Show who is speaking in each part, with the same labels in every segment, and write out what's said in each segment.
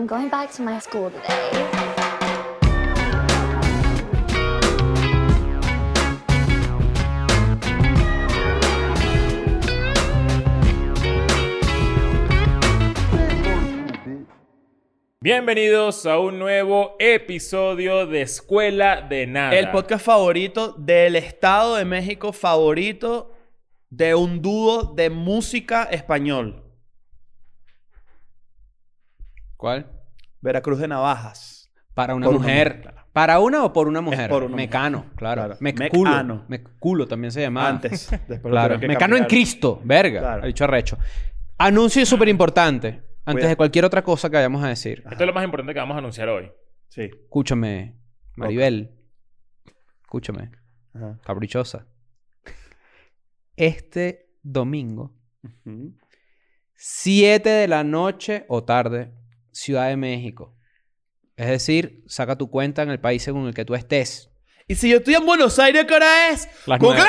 Speaker 1: I'm going back to my school today.
Speaker 2: Bienvenidos a un nuevo episodio de Escuela de Nada.
Speaker 3: El podcast favorito del Estado de México, favorito de un dúo de música español.
Speaker 4: ¿Cuál?
Speaker 3: Veracruz de Navajas.
Speaker 4: Para una
Speaker 3: Por una
Speaker 4: mujer.
Speaker 3: mujer, claro.
Speaker 4: ¿Para una o por una mujer?
Speaker 3: por una
Speaker 4: Mecano,
Speaker 3: mujer,
Speaker 4: claro.
Speaker 3: claro.
Speaker 4: Mecculo.
Speaker 3: Mecano.
Speaker 4: Mecculo también se llamaba.
Speaker 3: Antes. Después lo
Speaker 4: Claro.
Speaker 3: tuvieron que
Speaker 4: Mecano en
Speaker 3: cambiar.
Speaker 4: Cristo. Verga.
Speaker 3: Claro.
Speaker 4: Ha dicho arrecho. Anuncio súper importante. Antes
Speaker 3: Cuidado.
Speaker 4: de cualquier otra cosa que vayamos a decir.
Speaker 2: Esto es lo más importante que vamos a anunciar hoy.
Speaker 3: Sí.
Speaker 4: Escúchame, Maribel. Escúchame,
Speaker 3: Ajá.
Speaker 4: caprichosa. Este domingo,
Speaker 3: Ujú.
Speaker 4: 7 de la noche o tarde, Ciudad de México. Es decir, saca tu cuenta en el país según el que tú estés.
Speaker 3: Y si yo estoy en Buenos Aires, ¿qué hora es?
Speaker 4: Las
Speaker 3: ¡Google!
Speaker 4: nueve.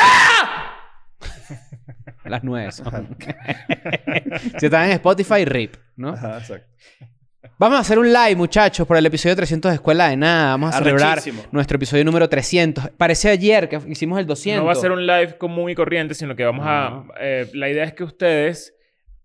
Speaker 4: Las nueve son. si estás en Spotify, rip, ¿no?
Speaker 3: Ajá, exacto.
Speaker 4: Vamos a hacer un live, muchachos, por el episodio 300 de Escuela de Nada. Vamos a celebrar
Speaker 3: Arrechísimo.
Speaker 4: nuestro episodio número 300. Parece ayer que hicimos el 200.
Speaker 2: No va a ser un live común y corriente, sino que vamos a...
Speaker 4: No.
Speaker 2: eh, la idea es que ustedes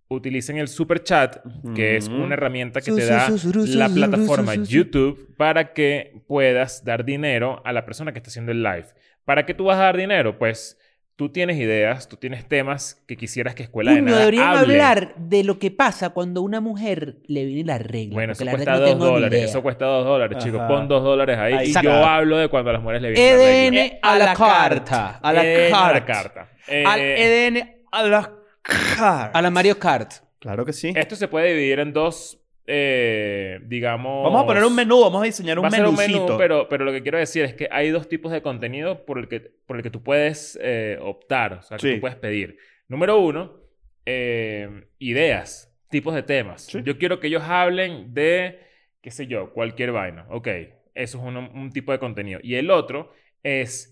Speaker 2: utilicen el super chat, que es
Speaker 3: Ujú.
Speaker 2: una herramienta que
Speaker 4: Su,
Speaker 2: te
Speaker 4: su,
Speaker 2: da
Speaker 4: su, su, ru, su,
Speaker 2: la
Speaker 4: su,
Speaker 2: plataforma
Speaker 4: su, su, su.
Speaker 2: YouTube para que puedas dar dinero a la persona que está haciendo el live. ¿Para qué tú vas a dar dinero? Pues tú tienes ideas, tú tienes temas que quisieras que Escuela de
Speaker 5: Coño,
Speaker 2: Nada
Speaker 5: deberían
Speaker 2: hable.
Speaker 5: hablar de lo que pasa cuando una mujer le viene la regla.
Speaker 2: Bueno,
Speaker 5: porque
Speaker 2: eso
Speaker 5: la
Speaker 2: cuesta
Speaker 5: verdad no
Speaker 2: dos
Speaker 5: tengo ni
Speaker 2: dólares.
Speaker 5: idea.
Speaker 2: Eso cuesta dos dólares, chicos.
Speaker 3: Ajá.
Speaker 2: Pon dos dólares ahí.
Speaker 3: Ahí
Speaker 2: y
Speaker 3: está.
Speaker 2: yo hablo de cuando a las mujeres le viene la regla.
Speaker 5: EDN
Speaker 3: a
Speaker 5: a
Speaker 3: la
Speaker 5: la
Speaker 3: carta.
Speaker 5: carta.
Speaker 3: a la
Speaker 2: Eh, no,
Speaker 3: carta.
Speaker 2: Eh,
Speaker 3: Al EDN a la car.
Speaker 4: A la Mario Kart.
Speaker 3: Claro que sí.
Speaker 2: Esto se puede dividir en dos, eh, digamos...
Speaker 3: Vamos a poner un menú, vamos a diseñar un
Speaker 2: Va a ser un menú,
Speaker 3: menucito.
Speaker 2: pero, pero lo que quiero decir es que hay dos tipos de contenido por el que, por el que tú puedes eh, optar, o sea, que
Speaker 3: Sí.
Speaker 2: tú puedes pedir. Número uno, eh, ideas, tipos de temas.
Speaker 3: Sí.
Speaker 2: Yo quiero que ellos hablen de, qué sé yo, cualquier vaina. Ok, eso es uno- un tipo de contenido. Y el otro es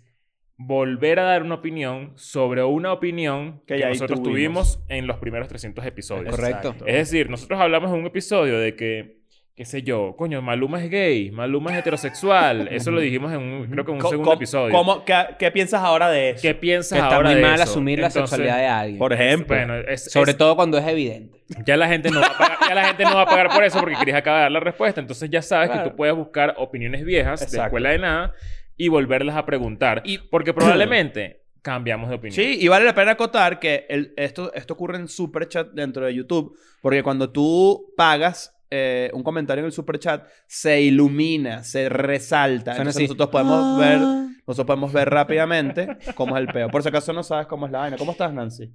Speaker 2: volver a dar una opinión sobre una opinión
Speaker 3: Que
Speaker 2: que,
Speaker 3: ya ahí
Speaker 2: nosotros
Speaker 3: tuvimos.
Speaker 2: tuvimos. en los primeros 300 episodios.
Speaker 4: Correcto.
Speaker 3: Exacto.
Speaker 2: Es decir, nosotros hablamos en un episodio de que, qué sé yo, coño, Maluma es gay, Maluma es heterosexual. Eso lo dijimos en un, creo que en un
Speaker 3: Co-
Speaker 2: segundo
Speaker 3: co-
Speaker 2: episodio.
Speaker 3: ¿cómo- qué, qué piensas ahora de eso?
Speaker 2: ¿Qué piensas
Speaker 4: Que está
Speaker 2: ahora
Speaker 4: muy
Speaker 2: de
Speaker 4: mal
Speaker 2: eso?
Speaker 4: asumir la
Speaker 2: Entonces,
Speaker 4: sexualidad de alguien.
Speaker 3: Por ejemplo.
Speaker 2: Bueno, es-
Speaker 4: Sobre
Speaker 2: es- Ah,
Speaker 4: todo cuando es evidente.
Speaker 2: ya la gente no va a pagar, ya la gente no va a pagar por eso porque Chris acaba de dar la respuesta. Entonces ya sabes que
Speaker 4: Claro.
Speaker 2: tú puedes buscar opiniones viejas de
Speaker 3: Exacto.
Speaker 2: escuela de nada y volverlas a preguntar.
Speaker 3: Y-
Speaker 2: porque probablemente cambiamos de opinión.
Speaker 3: Sí, y vale la pena acotar que el- esto, esto ocurre en Super Chat dentro de YouTube, porque cuando tú pagas eh, un comentario en el Super Chat, se ilumina, se resalta.
Speaker 4: Suena
Speaker 3: Entonces
Speaker 4: así.
Speaker 3: nosotros podemos
Speaker 4: Ah.
Speaker 5: Ah.
Speaker 3: ver, nosotros podemos ver rápidamente cómo es el peo. Por si acaso no sabes cómo es la vaina. ¿Cómo estás, Nancy?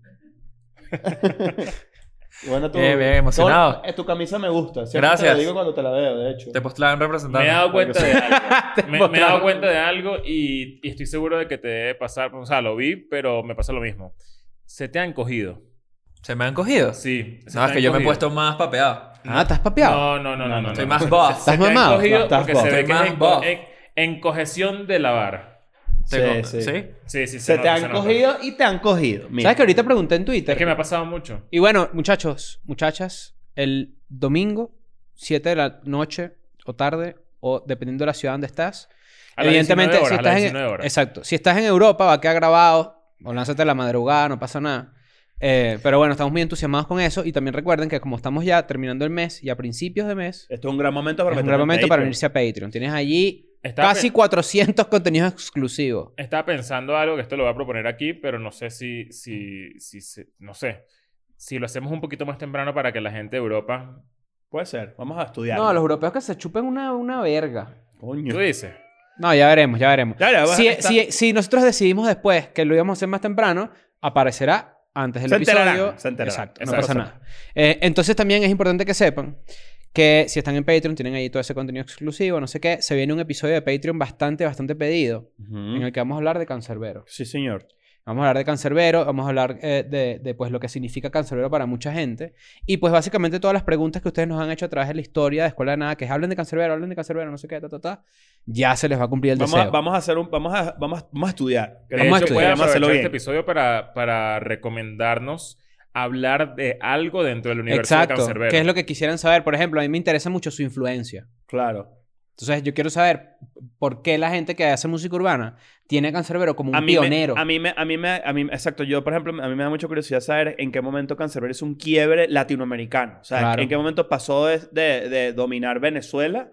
Speaker 3: bueno, tú,
Speaker 6: Bien, bien, emocionado.
Speaker 3: tu- eh, tu camisa me gusta. Siempre Te
Speaker 6: Gracias.
Speaker 3: lo digo cuando te la veo, de hecho.
Speaker 6: Te postulaban
Speaker 2: Me he
Speaker 6: representando.
Speaker 2: dado cuenta de algo. Me, me he dado
Speaker 6: mostraron.
Speaker 2: cuenta de algo y, y estoy seguro de que te debe pasar. O sea, lo vi, pero me pasa lo mismo. Se te han cogido.
Speaker 6: ¿Se me han cogido?
Speaker 2: Sí. se
Speaker 6: Sabes
Speaker 2: te
Speaker 6: que
Speaker 2: han
Speaker 6: yo me he
Speaker 2: cogido.
Speaker 6: puesto más papeado.
Speaker 4: Ah, ¿estás papeado?
Speaker 2: No, no, no, no. no,
Speaker 6: Soy
Speaker 2: no.
Speaker 6: más buff.
Speaker 2: Se te han
Speaker 4: mamado?
Speaker 2: cogido
Speaker 3: No, estás
Speaker 2: porque
Speaker 3: buff.
Speaker 2: se ve que
Speaker 6: Soy
Speaker 2: es
Speaker 6: más buff.
Speaker 2: en- encojeción de lavar.
Speaker 6: Te-
Speaker 3: Sí, sí.
Speaker 2: Sí, sí,
Speaker 3: Se te
Speaker 2: nota,
Speaker 3: han
Speaker 2: nota.
Speaker 3: cogido y te han cogido. Mira.
Speaker 4: ¿Sabes que ahorita pregunté en Twitter?
Speaker 2: Es que me ha pasado mucho.
Speaker 4: Y bueno, muchachos, muchachas, el domingo, 7 de la noche o tarde, o dependiendo de la ciudad donde estás.
Speaker 2: A las 19 horas, a las
Speaker 4: si estás
Speaker 2: 19
Speaker 4: en,
Speaker 2: horas.
Speaker 4: exacto, si estás en Europa, va a quedar grabado, o lánzate a la madrugada, no pasa nada. Eh, pero bueno, estamos muy entusiasmados con eso y también recuerden que como estamos ya terminando el mes y a principios de mes,
Speaker 3: Esto es un gran momento para
Speaker 4: es un
Speaker 3: meterlo
Speaker 4: gran
Speaker 3: en
Speaker 4: momento para
Speaker 3: Patreon.
Speaker 4: unirse a Patreon. Tienes allí
Speaker 2: Estaba
Speaker 4: casi
Speaker 2: pe-
Speaker 4: 400 contenidos exclusivos.
Speaker 2: Estaba pensando algo que esto lo voy a proponer aquí, pero no sé si, si, si, se- no sé. Si lo hacemos un poquito más temprano para que la gente de Europa...
Speaker 3: Puede ser. Vamos a estudiar.
Speaker 4: No, los europeos que se chupen una, una verga.
Speaker 3: Coño.
Speaker 2: ¿Tú dices?
Speaker 4: No, ya veremos, ya veremos.
Speaker 3: Claro, va-
Speaker 4: si,
Speaker 3: está-
Speaker 4: si- si nosotros decidimos después que lo íbamos a hacer más temprano, aparecerá antes del
Speaker 3: Se
Speaker 4: episodio.
Speaker 3: enterarán, se enterarán.
Speaker 4: Exacto, no
Speaker 2: Exacto.
Speaker 4: pasa nada. Eh, entonces también es importante que sepan que si están en Patreon, tienen ahí todo ese contenido exclusivo, no sé qué. Se viene un episodio de Patreon bastante, bastante pedido,
Speaker 3: Mm.
Speaker 4: en el que vamos a hablar de Cancerbero.
Speaker 3: Sí, señor.
Speaker 4: Vamos a hablar de Cancerbero, vamos a hablar eh, de, de, pues, lo que significa Cancerbero para mucha gente. Y pues básicamente todas las preguntas que ustedes nos han hecho a través de la historia de Escuela de Nada, que es hablen de Cancerbero, hablen de Cancerbero, no sé qué, ta, ta, ta, ya se les va a cumplir el
Speaker 3: Vamos
Speaker 4: deseo.
Speaker 3: a, vamos a hacer un... Vamos a, vamos a, vamos a estudiar.
Speaker 2: De
Speaker 4: Vamos a
Speaker 2: hecho, este
Speaker 4: estudiar.
Speaker 2: pueden
Speaker 3: Vamos a hacerlo
Speaker 2: aprovechar este
Speaker 3: bien.
Speaker 2: episodio para, para recomendarnos hablar de algo dentro del universo de
Speaker 4: Exacto.
Speaker 2: Cancerbero.
Speaker 4: ¿Qué es lo que quisieran saber? Por ejemplo, a mí me interesa mucho su influencia.
Speaker 3: Claro.
Speaker 4: Entonces, yo quiero saber por qué la gente que hace música urbana tiene a Cancerbero como un
Speaker 3: A mí,
Speaker 4: pionero.
Speaker 3: Me, a mí me, a mí me, a mí, exacto. Yo, por ejemplo, a mí me da mucha curiosidad saber en qué momento Cancerbero es un quiebre latinoamericano. O sea,
Speaker 4: Claro.
Speaker 3: en qué momento pasó de, de- de dominar Venezuela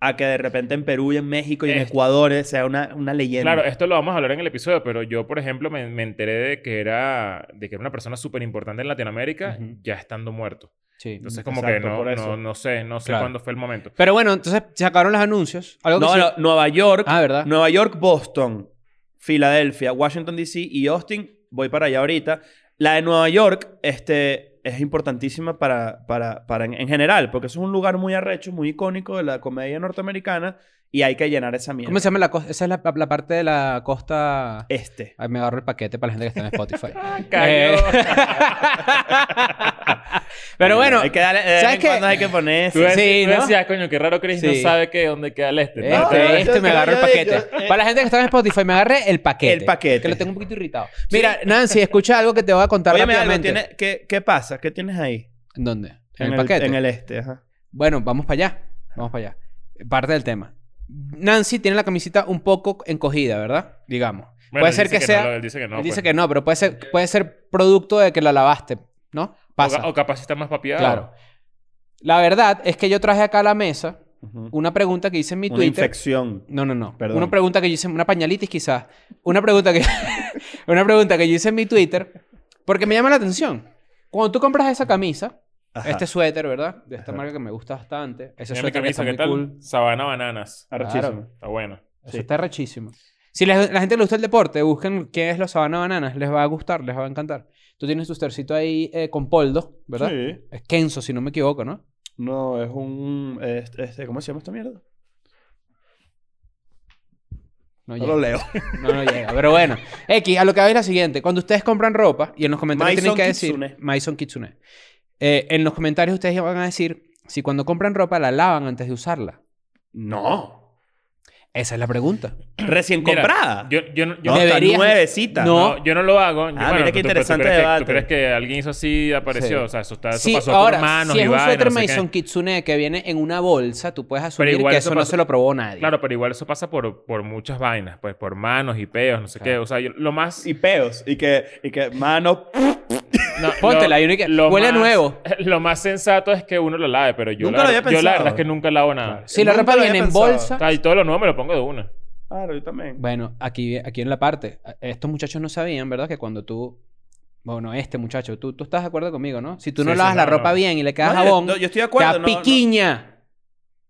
Speaker 3: a que de repente en Perú y en México y en
Speaker 2: Es-
Speaker 3: Ecuador eh, sea una, una leyenda.
Speaker 2: Claro, esto lo vamos a hablar en el episodio, pero yo, por ejemplo, me, me enteré de que era, de que era una persona súper importante en Latinoamérica
Speaker 4: Ujú.
Speaker 2: ya estando muerto.
Speaker 4: Sí.
Speaker 2: Entonces, como
Speaker 3: Mm, Exacto,
Speaker 2: que no,
Speaker 3: por eso.
Speaker 2: no, no sé, no sé
Speaker 4: Claro.
Speaker 2: cuándo fue el momento.
Speaker 4: Pero bueno, entonces se acabaron los anuncios. Algo que
Speaker 3: No,
Speaker 4: sí-
Speaker 3: no, Nueva York,
Speaker 4: Ah, ¿verdad?
Speaker 3: Nueva York, Boston, Filadelfia, Washington DC y Austin. Voy para allá ahorita. La de Nueva York, este, es importantísima para, para, para en, en general, porque eso es un lugar muy arrecho, muy icónico de la comedia norteamericana y hay que llenar esa mierda.
Speaker 4: ¿Cómo se llama la costa? Esa es la, la parte de la costa.
Speaker 3: Este.
Speaker 4: Ay, me agarro el paquete para la gente que está en Spotify. Eh.
Speaker 2: cayó.
Speaker 4: Pero bueno,
Speaker 3: Hay que darle, de vez
Speaker 4: ¿sabes
Speaker 3: en
Speaker 4: qué?
Speaker 3: cuando hay que poner
Speaker 2: Tú,
Speaker 3: ese-
Speaker 2: decí-
Speaker 4: sí,
Speaker 2: tú
Speaker 4: ¿no?
Speaker 2: decías, "Ah, coño, qué raro Chris
Speaker 4: Sí.
Speaker 2: no sabe que dónde queda el este. ¿no?
Speaker 3: No,
Speaker 4: Este,
Speaker 3: yo-
Speaker 4: este
Speaker 3: yo-
Speaker 4: me agarró el
Speaker 3: yo-
Speaker 4: paquete.
Speaker 3: yo- eh.
Speaker 4: Para la gente que está en Spotify, me agarré el paquete.
Speaker 3: El paquete.
Speaker 4: Que lo tengo un poquito irritado. Mira, Nancy, escucha algo que te voy a contar
Speaker 3: Óyeme algo,
Speaker 4: rápidamente.
Speaker 3: tiene- ¿qué, ¿qué pasa? ¿Qué tienes ahí?
Speaker 4: ¿En ¿Dónde? En, el paquete.
Speaker 3: En el este, ajá.
Speaker 4: Bueno, vamos para allá. Vamos para allá. Parte del tema. Nancy tiene la camisita un poco encogida, ¿verdad? Digamos.
Speaker 2: Bueno,
Speaker 4: puede
Speaker 2: él
Speaker 4: ser
Speaker 2: dice
Speaker 4: que, sea.
Speaker 2: no, él dice que no.
Speaker 4: él
Speaker 2: pues.
Speaker 4: dice que no, pero puede ser, puede ser producto de que la lavaste, ¿no?
Speaker 2: O,
Speaker 4: Pasa.
Speaker 2: ca- o capaz está más papiado.
Speaker 4: Claro. La verdad es que yo traje acá a la mesa
Speaker 3: Ujú.
Speaker 4: una pregunta que hice en mi
Speaker 3: Una
Speaker 4: Twitter.
Speaker 3: infección.
Speaker 4: No, no, no.
Speaker 3: Perdón.
Speaker 4: Una pregunta que yo hice, una pañalitis quizás. Una pregunta que una pregunta que yo hice en mi Twitter porque me llama la atención. Cuando tú compras esa camisa,
Speaker 3: Ajá.
Speaker 4: este suéter, ¿verdad? De esta
Speaker 3: Ajá.
Speaker 4: marca que me gusta bastante. Ese
Speaker 2: Mira mi
Speaker 4: suéter que
Speaker 2: camisa,
Speaker 4: está
Speaker 2: ¿qué
Speaker 4: muy
Speaker 2: tal?
Speaker 4: cool.
Speaker 2: Sabana bananas.
Speaker 3: Arrechísimo.
Speaker 4: Claro.
Speaker 2: Está bueno.
Speaker 4: Eso
Speaker 3: Sí.
Speaker 4: está rechísimo. Si les- la gente le gusta el deporte, busquen qué es los Sabana Bananas. Les va a gustar, les va a encantar. Tú tienes tu tercito ahí eh, con poldo, ¿verdad?
Speaker 3: Sí.
Speaker 4: Es Kenzo, si no me equivoco, ¿no?
Speaker 3: No, es un... Este, este, ¿Cómo se llama esta mierda?
Speaker 4: No,
Speaker 3: No
Speaker 4: llega.
Speaker 3: lo leo.
Speaker 4: No, no llega. Pero bueno. X, a lo que va es la siguiente. Cuando ustedes compran ropa, y en los comentarios
Speaker 3: Maison
Speaker 4: tienen que decir...
Speaker 3: Kitsune.
Speaker 4: Maison Kitsune. Eh, en los comentarios ustedes van a decir si cuando compran ropa la lavan antes de usarla.
Speaker 3: No.
Speaker 4: Esa es la pregunta.
Speaker 3: Recién
Speaker 2: Mira,
Speaker 3: comprada.
Speaker 2: Yo, yo, no- yo,
Speaker 3: no,
Speaker 2: no,
Speaker 3: está
Speaker 4: deberías-
Speaker 3: nuevecita.
Speaker 4: No.
Speaker 2: yo no lo hago. Yo,
Speaker 3: Ah, mira qué
Speaker 2: tú- tú- tú
Speaker 3: interesante
Speaker 2: crees que-
Speaker 3: debate.
Speaker 2: ¿Tú crees que alguien hizo así y apareció?
Speaker 4: Sí.
Speaker 2: O sea, eso, está, eso
Speaker 4: Sí,
Speaker 2: pasó
Speaker 4: ahora,
Speaker 2: por manos
Speaker 4: si
Speaker 2: y
Speaker 4: es un
Speaker 2: vainas,
Speaker 4: suéter
Speaker 2: no sé qué.
Speaker 4: Maison Kitsune que viene en una bolsa, tú puedes asumir
Speaker 2: igual
Speaker 4: que
Speaker 2: eso
Speaker 4: eso no
Speaker 2: pasó-
Speaker 4: se lo probó nadie.
Speaker 2: Claro, pero igual eso pasa por, por muchas vainas, pues por manos y peos, no sé qué.
Speaker 4: Claro.
Speaker 2: O sea, yo- lo más.
Speaker 3: Y peos. Y que, y que mano...
Speaker 2: no,
Speaker 4: Póntela,
Speaker 2: lo-
Speaker 4: y uno y que,
Speaker 2: lo
Speaker 4: huele a
Speaker 2: más-
Speaker 4: nuevo.
Speaker 2: Lo más sensato es que uno lo lave, pero yo.
Speaker 3: Nunca
Speaker 2: la,
Speaker 3: lo había
Speaker 2: ver- Yo la verdad es
Speaker 3: pensado.
Speaker 2: que nunca lavo nada.
Speaker 4: Si la
Speaker 3: Nunca
Speaker 4: ropa
Speaker 3: lo había
Speaker 4: viene en
Speaker 3: pensado.
Speaker 2: O
Speaker 4: bolsa...
Speaker 2: sea, y todo lo nuevo me lo pongo de una.
Speaker 3: Claro, yo también.
Speaker 4: Bueno, aquí, aquí en la parte, estos muchachos no sabían, ¿verdad? Que cuando tú, bueno, este muchacho, tú, tú estás de acuerdo conmigo, ¿no? Si tú no
Speaker 2: Sí, sí,
Speaker 4: lavas la
Speaker 2: no,
Speaker 4: ropa
Speaker 2: no.
Speaker 4: bien y le
Speaker 3: No,
Speaker 4: quedas
Speaker 3: yo-
Speaker 4: jabón,
Speaker 3: no, yo, estoy de acuerdo.
Speaker 4: te
Speaker 3: no, no.
Speaker 4: apiquiña